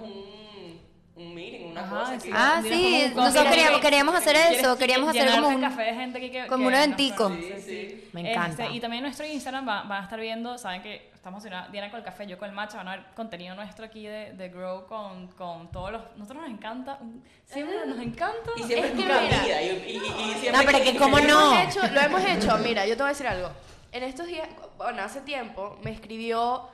Speaker 1: un, un meeting, una
Speaker 4: Ajá,
Speaker 1: cosa.
Speaker 4: sí.
Speaker 1: que-
Speaker 2: Ah,
Speaker 4: Mira, como
Speaker 2: sí.
Speaker 4: un
Speaker 2: Nosotros
Speaker 4: coffee
Speaker 2: queríamos,
Speaker 4: break.
Speaker 2: queríamos hacer
Speaker 4: ¿Quieres
Speaker 2: eso. Queríamos hacer
Speaker 4: llenarte
Speaker 2: como un...
Speaker 4: café de gente que- que-
Speaker 2: como
Speaker 4: que
Speaker 2: un
Speaker 4: nos
Speaker 2: eventico.
Speaker 4: conoce?
Speaker 1: Sí, sí.
Speaker 6: Me encanta.
Speaker 4: Este, y también nuestro Instagram va, va a estar viendo, saben que estamos en una- Diana con el café, yo con el matcha, van a ver contenido nuestro aquí de, de Grow con, con todos los... Nosotros nos encanta, un- siempre nos encanta.
Speaker 1: Y siempre
Speaker 3: Es
Speaker 1: es tu
Speaker 3: que mira.
Speaker 1: comida. Y, y, y- y siempre
Speaker 6: No, pero
Speaker 1: que-
Speaker 6: que cómo
Speaker 1: que-
Speaker 6: no.
Speaker 3: Lo hemos hecho, lo hemos hecho. Mira, yo te voy a decir algo. En estos días, bueno, hace tiempo me escribió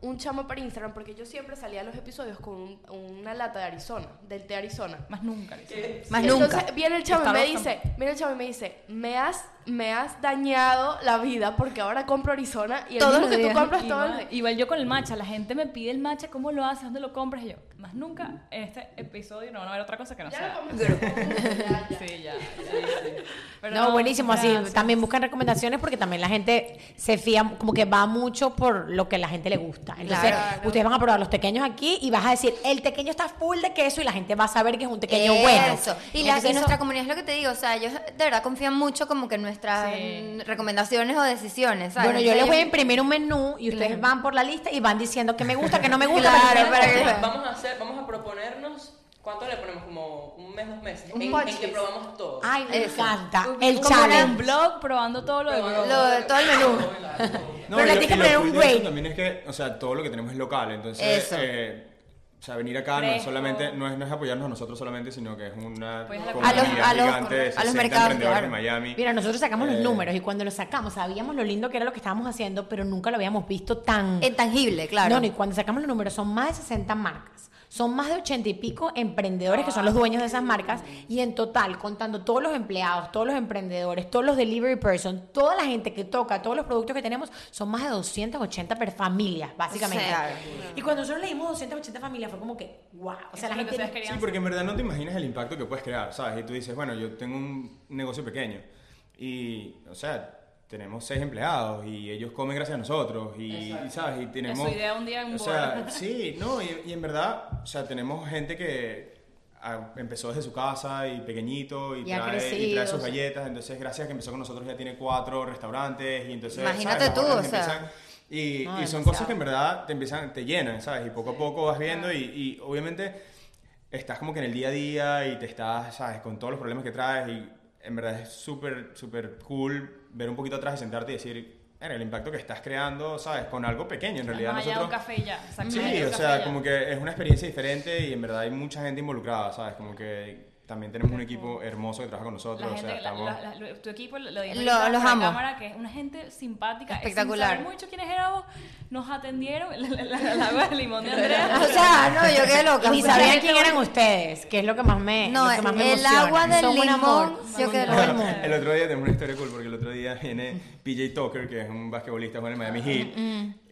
Speaker 3: un chamo por Instagram porque yo siempre salía a los episodios con un- una lata de Arizona, del té Arizona.
Speaker 4: Más nunca. le hicimos.
Speaker 2: Más
Speaker 3: Entonces,
Speaker 2: nunca.
Speaker 3: viene el chavo y me
Speaker 4: Starbucks
Speaker 3: dice, viene el chavo y me dice, me has, me has dañado la vida porque ahora compro Arizona y el
Speaker 2: Todos
Speaker 3: mismo
Speaker 2: los
Speaker 3: que tú
Speaker 2: días.
Speaker 3: compras todo el
Speaker 4: Igual, igual yo con el matcha, la gente me pide el matcha, ¿cómo lo haces? ¿Dónde lo compras? Y yo, más nunca en este episodio no van a ver otra cosa que no
Speaker 3: Ya
Speaker 4: sea.
Speaker 3: lo comencé. Ya, ya.
Speaker 4: Sí, ya. Pero
Speaker 6: No, buenísimo. Así
Speaker 4: gracias.
Speaker 6: también buscan recomendaciones porque también la gente se fía, como que va mucho por lo que la gente le gusta. Entonces,
Speaker 2: Claro.
Speaker 6: ustedes van a probar los pequeños aquí y vas a decir, el pequeño está full de queso y la gente va a saber que es un pequeño bueno.
Speaker 2: Eso. Y, la,
Speaker 6: Entonces,
Speaker 2: y
Speaker 6: eso-
Speaker 2: nuestra comunidad es lo que te digo. O sea, ellos de verdad confían mucho como que en nuestras
Speaker 4: Sí.
Speaker 2: mm, recomendaciones o decisiones. ¿sabes?
Speaker 6: Bueno, yo les
Speaker 2: Entonces,
Speaker 6: voy a imprimir un menú y ustedes van por la lista y van diciendo que me gusta, que no me gusta.
Speaker 2: Claro,
Speaker 6: pero-
Speaker 2: para que-
Speaker 1: Vamos a hacer, vamos a proponernos, ¿cuánto le ponemos? Como un mes, dos meses.
Speaker 3: Un
Speaker 1: en, en
Speaker 3: podcast.
Speaker 1: que probamos todo.
Speaker 6: Ay, me
Speaker 2: Eso.
Speaker 6: encanta.
Speaker 2: Como
Speaker 6: El
Speaker 4: Como en un
Speaker 6: challenge.
Speaker 4: blog probando todo lo de Grow.
Speaker 2: Lo de todo el menú.
Speaker 5: No,
Speaker 6: Pero
Speaker 5: y lo-
Speaker 6: le tienes que
Speaker 5: y lo
Speaker 6: poner un
Speaker 5: cool de
Speaker 6: break.
Speaker 5: esto También es que, o sea, todo lo que tenemos es local, entonces,
Speaker 2: Eso.
Speaker 5: eh, o sea, venir acá no es
Speaker 4: Fresco.
Speaker 5: solamente, no es, no es apoyarnos a nosotros solamente, sino que es una
Speaker 4: Pues a la-
Speaker 5: comunidad
Speaker 2: A los- a los-
Speaker 5: gigante de
Speaker 2: a los
Speaker 5: 60
Speaker 2: mercados,
Speaker 5: emprendedores de
Speaker 2: claro.
Speaker 5: Miami.
Speaker 6: Mira, nosotros sacamos los
Speaker 5: Eh,
Speaker 6: números y cuando los sacamos sabíamos lo lindo que era lo que estábamos haciendo, pero nunca lo habíamos visto tan...
Speaker 2: Intangible, claro.
Speaker 6: No, no, y cuando sacamos los números son más de 60 marcas. Son más de 80 y pico emprendedores que son los dueños de esas marcas. Y en total, contando todos los empleados, todos los emprendedores, todos los delivery person, toda la gente que toca, todos los productos que tenemos, son más de 280 per familia, básicamente.
Speaker 2: O sea,
Speaker 6: y cuando nosotros leímos 280 familias fue como que, wow. O
Speaker 4: Eso
Speaker 6: sea, la
Speaker 4: es lo que ustedes
Speaker 6: gente...
Speaker 4: querían
Speaker 5: Sí, porque en verdad no te imaginas el impacto que puedes crear, ¿sabes? Y tú dices, bueno, yo tengo un negocio pequeño y, o sea, tenemos seis empleados y ellos comen gracias a nosotros y, y, ¿sabes? Y tenemos...
Speaker 4: Es su idea un día en un
Speaker 5: O sea,
Speaker 4: board.
Speaker 5: sí, no, y, y en verdad, o sea, tenemos gente que ah, empezó desde su casa y pequeñito y,
Speaker 6: Y ha
Speaker 5: trae, y
Speaker 6: crecido,
Speaker 5: trae sus
Speaker 6: sí.
Speaker 5: galletas, entonces gracias a que empezó con nosotros ya tiene cuatro restaurantes y entonces...
Speaker 2: Imagínate
Speaker 5: Las
Speaker 2: tú,
Speaker 5: órdenes
Speaker 2: o sea.
Speaker 5: empiezan- y,
Speaker 6: No,
Speaker 5: y son
Speaker 6: demasiado.
Speaker 5: cosas que en verdad te empiezan, te llenan, ¿sabes? Y poco a poco vas viendo y, y obviamente estás como que en el día a día y te estás, ¿sabes? Con todos los problemas que traes y en verdad es súper, súper cool ver un poquito atrás y sentarte y decir, "Mira, el impacto que estás creando, ¿sabes? Con algo pequeño en realidad.
Speaker 4: Más allá de un
Speaker 5: nosotros-
Speaker 4: café y ya. exacto, más allá
Speaker 5: Sí,
Speaker 4: de un
Speaker 5: o
Speaker 4: café y
Speaker 5: sea,
Speaker 4: ya.
Speaker 5: como que es una experiencia diferente y en verdad hay mucha gente involucrada, ¿sabes? Como que también tenemos un equipo hermoso que trabaja con nosotros,
Speaker 4: La
Speaker 5: o sea,
Speaker 4: gente, la-
Speaker 5: estamos...
Speaker 4: la- la- tu equipo, lo, lo dije
Speaker 2: Lo-
Speaker 4: ahorita
Speaker 2: los
Speaker 4: por la
Speaker 2: amo.
Speaker 4: cámara, que es una gente simpática. eh,
Speaker 2: Espectacular.
Speaker 4: Sin saber mucho quiénes éramos, nos atendieron. La, la, la- la agua de limón de Andrea.
Speaker 2: O sea, no, yo quedé loca.
Speaker 6: Ni sabían quién eran ustedes, que es lo que más me...
Speaker 2: No,
Speaker 6: Eh, lo que más me
Speaker 2: el
Speaker 6: emociona.
Speaker 2: agua del
Speaker 6: Son un amor.
Speaker 2: limón. Yo quedé
Speaker 6: Todo el
Speaker 2: loca.
Speaker 6: mundo.
Speaker 5: El otro día tengo una historia cool porque el otro día viene PJ Tucker, que es un basquetbolista con el Miami Heat.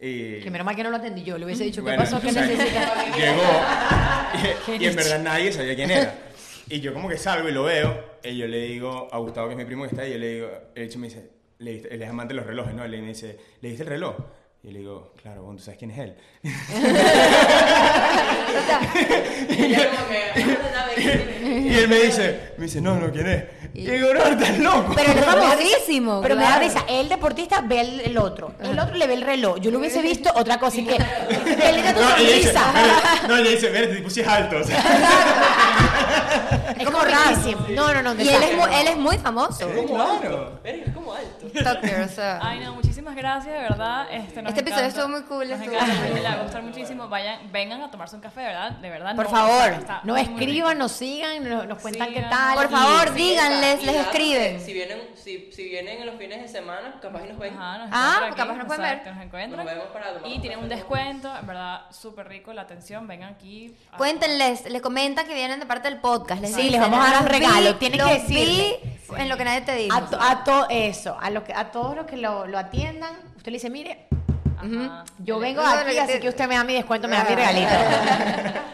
Speaker 5: Y
Speaker 6: Que menos mal que no lo atendí yo, le hubiese dicho, ¿qué
Speaker 5: bueno,
Speaker 6: pasó? ¿Qué
Speaker 5: o sea,
Speaker 6: necesitas?
Speaker 5: Llegó y,
Speaker 6: ¿Qué
Speaker 5: y en
Speaker 6: dicho?
Speaker 5: verdad nadie sabía quién era. Y yo como que salgo y lo veo y yo le digo a Gustavo, que es mi primo que está ahí, yo le digo, el hecho me dice, le diste- él es amante de los relojes, ¿no? Él me dice, ¿le diste el reloj? Y yo le digo, claro, bueno, tú sabes quién es él.
Speaker 1: Y ya como que, ah, una vez.
Speaker 5: Y él me dice, me dice, no, no, ¿quién es? Y yo digo, no, estás loco.
Speaker 2: Pero
Speaker 6: Pero
Speaker 2: es
Speaker 6: me da
Speaker 2: famosísimo.
Speaker 6: Pero me da
Speaker 2: claro.
Speaker 6: risa, el deportista ve el, el otro, el otro le ve el reloj, yo lo hubiese visto otra cosa, y que el de tu
Speaker 5: no, ella dice, "Ah,
Speaker 6: sonrisa,
Speaker 5: "Mira, no, ella dice, mira, este tipo sí es alto. o sea.
Speaker 6: es como rarísimo. No, no, no,
Speaker 2: Y él es,
Speaker 6: desastre.
Speaker 2: mu- él es muy famoso.
Speaker 5: claro.
Speaker 1: Verga, es como alto.
Speaker 2: TikTok o sea.
Speaker 4: Ay, no, muchísimas gracias, de verdad. Este, nos
Speaker 2: Este episodio
Speaker 4: encanta.
Speaker 2: estuvo muy cool,
Speaker 4: Nos
Speaker 2: estuvo
Speaker 4: encanta,
Speaker 2: muy
Speaker 4: le va a gustar muchísimo. Vayan, vengan a tomarse un café, de verdad. De verdad
Speaker 2: Por
Speaker 4: no,
Speaker 2: favor,
Speaker 4: está
Speaker 6: No
Speaker 4: muy, muy
Speaker 6: escriban,
Speaker 4: rico.
Speaker 6: nos sigan, no- nos, cuentan qué
Speaker 4: Sigan.
Speaker 6: tal.
Speaker 2: Por
Speaker 6: y-
Speaker 2: favor,
Speaker 1: Sí,
Speaker 2: díganles,
Speaker 1: y
Speaker 2: les
Speaker 1: ya,
Speaker 2: escriben.
Speaker 1: Si vienen, si, si vienen en los fines de semana, capaz y nos ven.
Speaker 4: Ajá, nos
Speaker 2: Ah,
Speaker 4: encuentran
Speaker 2: porque capaz nos pueden ver.
Speaker 4: exacto, Nos encuentran.
Speaker 1: Nos vemos para tomar
Speaker 4: y
Speaker 1: un
Speaker 4: tienen un
Speaker 1: café.
Speaker 4: descuento, en verdad, súper rico la atención. Vengan aquí. a-
Speaker 2: Cuéntenles, les comentan que vienen de parte del podcast. Les
Speaker 6: Sí,
Speaker 2: dicen,
Speaker 6: les vamos a dar
Speaker 2: "Los
Speaker 6: un regalo",
Speaker 2: vi,
Speaker 6: tienen
Speaker 2: los
Speaker 6: que
Speaker 2: vi
Speaker 6: decirle. Ah,
Speaker 2: En lo que nadie te dijo.
Speaker 6: A, to- a todo eso, a, lo que, a todos los que lo, lo atiendan, usted le dice, mire,
Speaker 4: Ajá.
Speaker 6: yo vengo
Speaker 2: No, lo
Speaker 6: aquí,
Speaker 2: que
Speaker 6: así
Speaker 2: te-
Speaker 6: que usted me da mi descuento, me da mi regalito.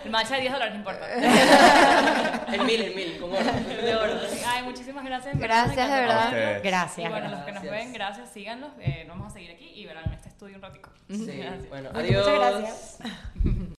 Speaker 4: El matcha de 10 dólares, no importa.
Speaker 1: El mil, el mil, con oro.
Speaker 4: De oro. Ay, muchísimas gracias. en verdad,
Speaker 2: Gracias,
Speaker 4: nos
Speaker 2: de
Speaker 4: encantó
Speaker 2: verdad.
Speaker 4: verlos.
Speaker 5: A ustedes.
Speaker 4: Y
Speaker 6: Gracias.
Speaker 4: bueno, los que nos
Speaker 1: Gracias.
Speaker 4: ven, gracias, síganos. Eh, nos vamos a seguir aquí y verán este estudio un ratico.
Speaker 1: Sí,
Speaker 4: Gracias.
Speaker 1: bueno,
Speaker 6: Bueno,
Speaker 1: adiós.
Speaker 6: Muchas gracias.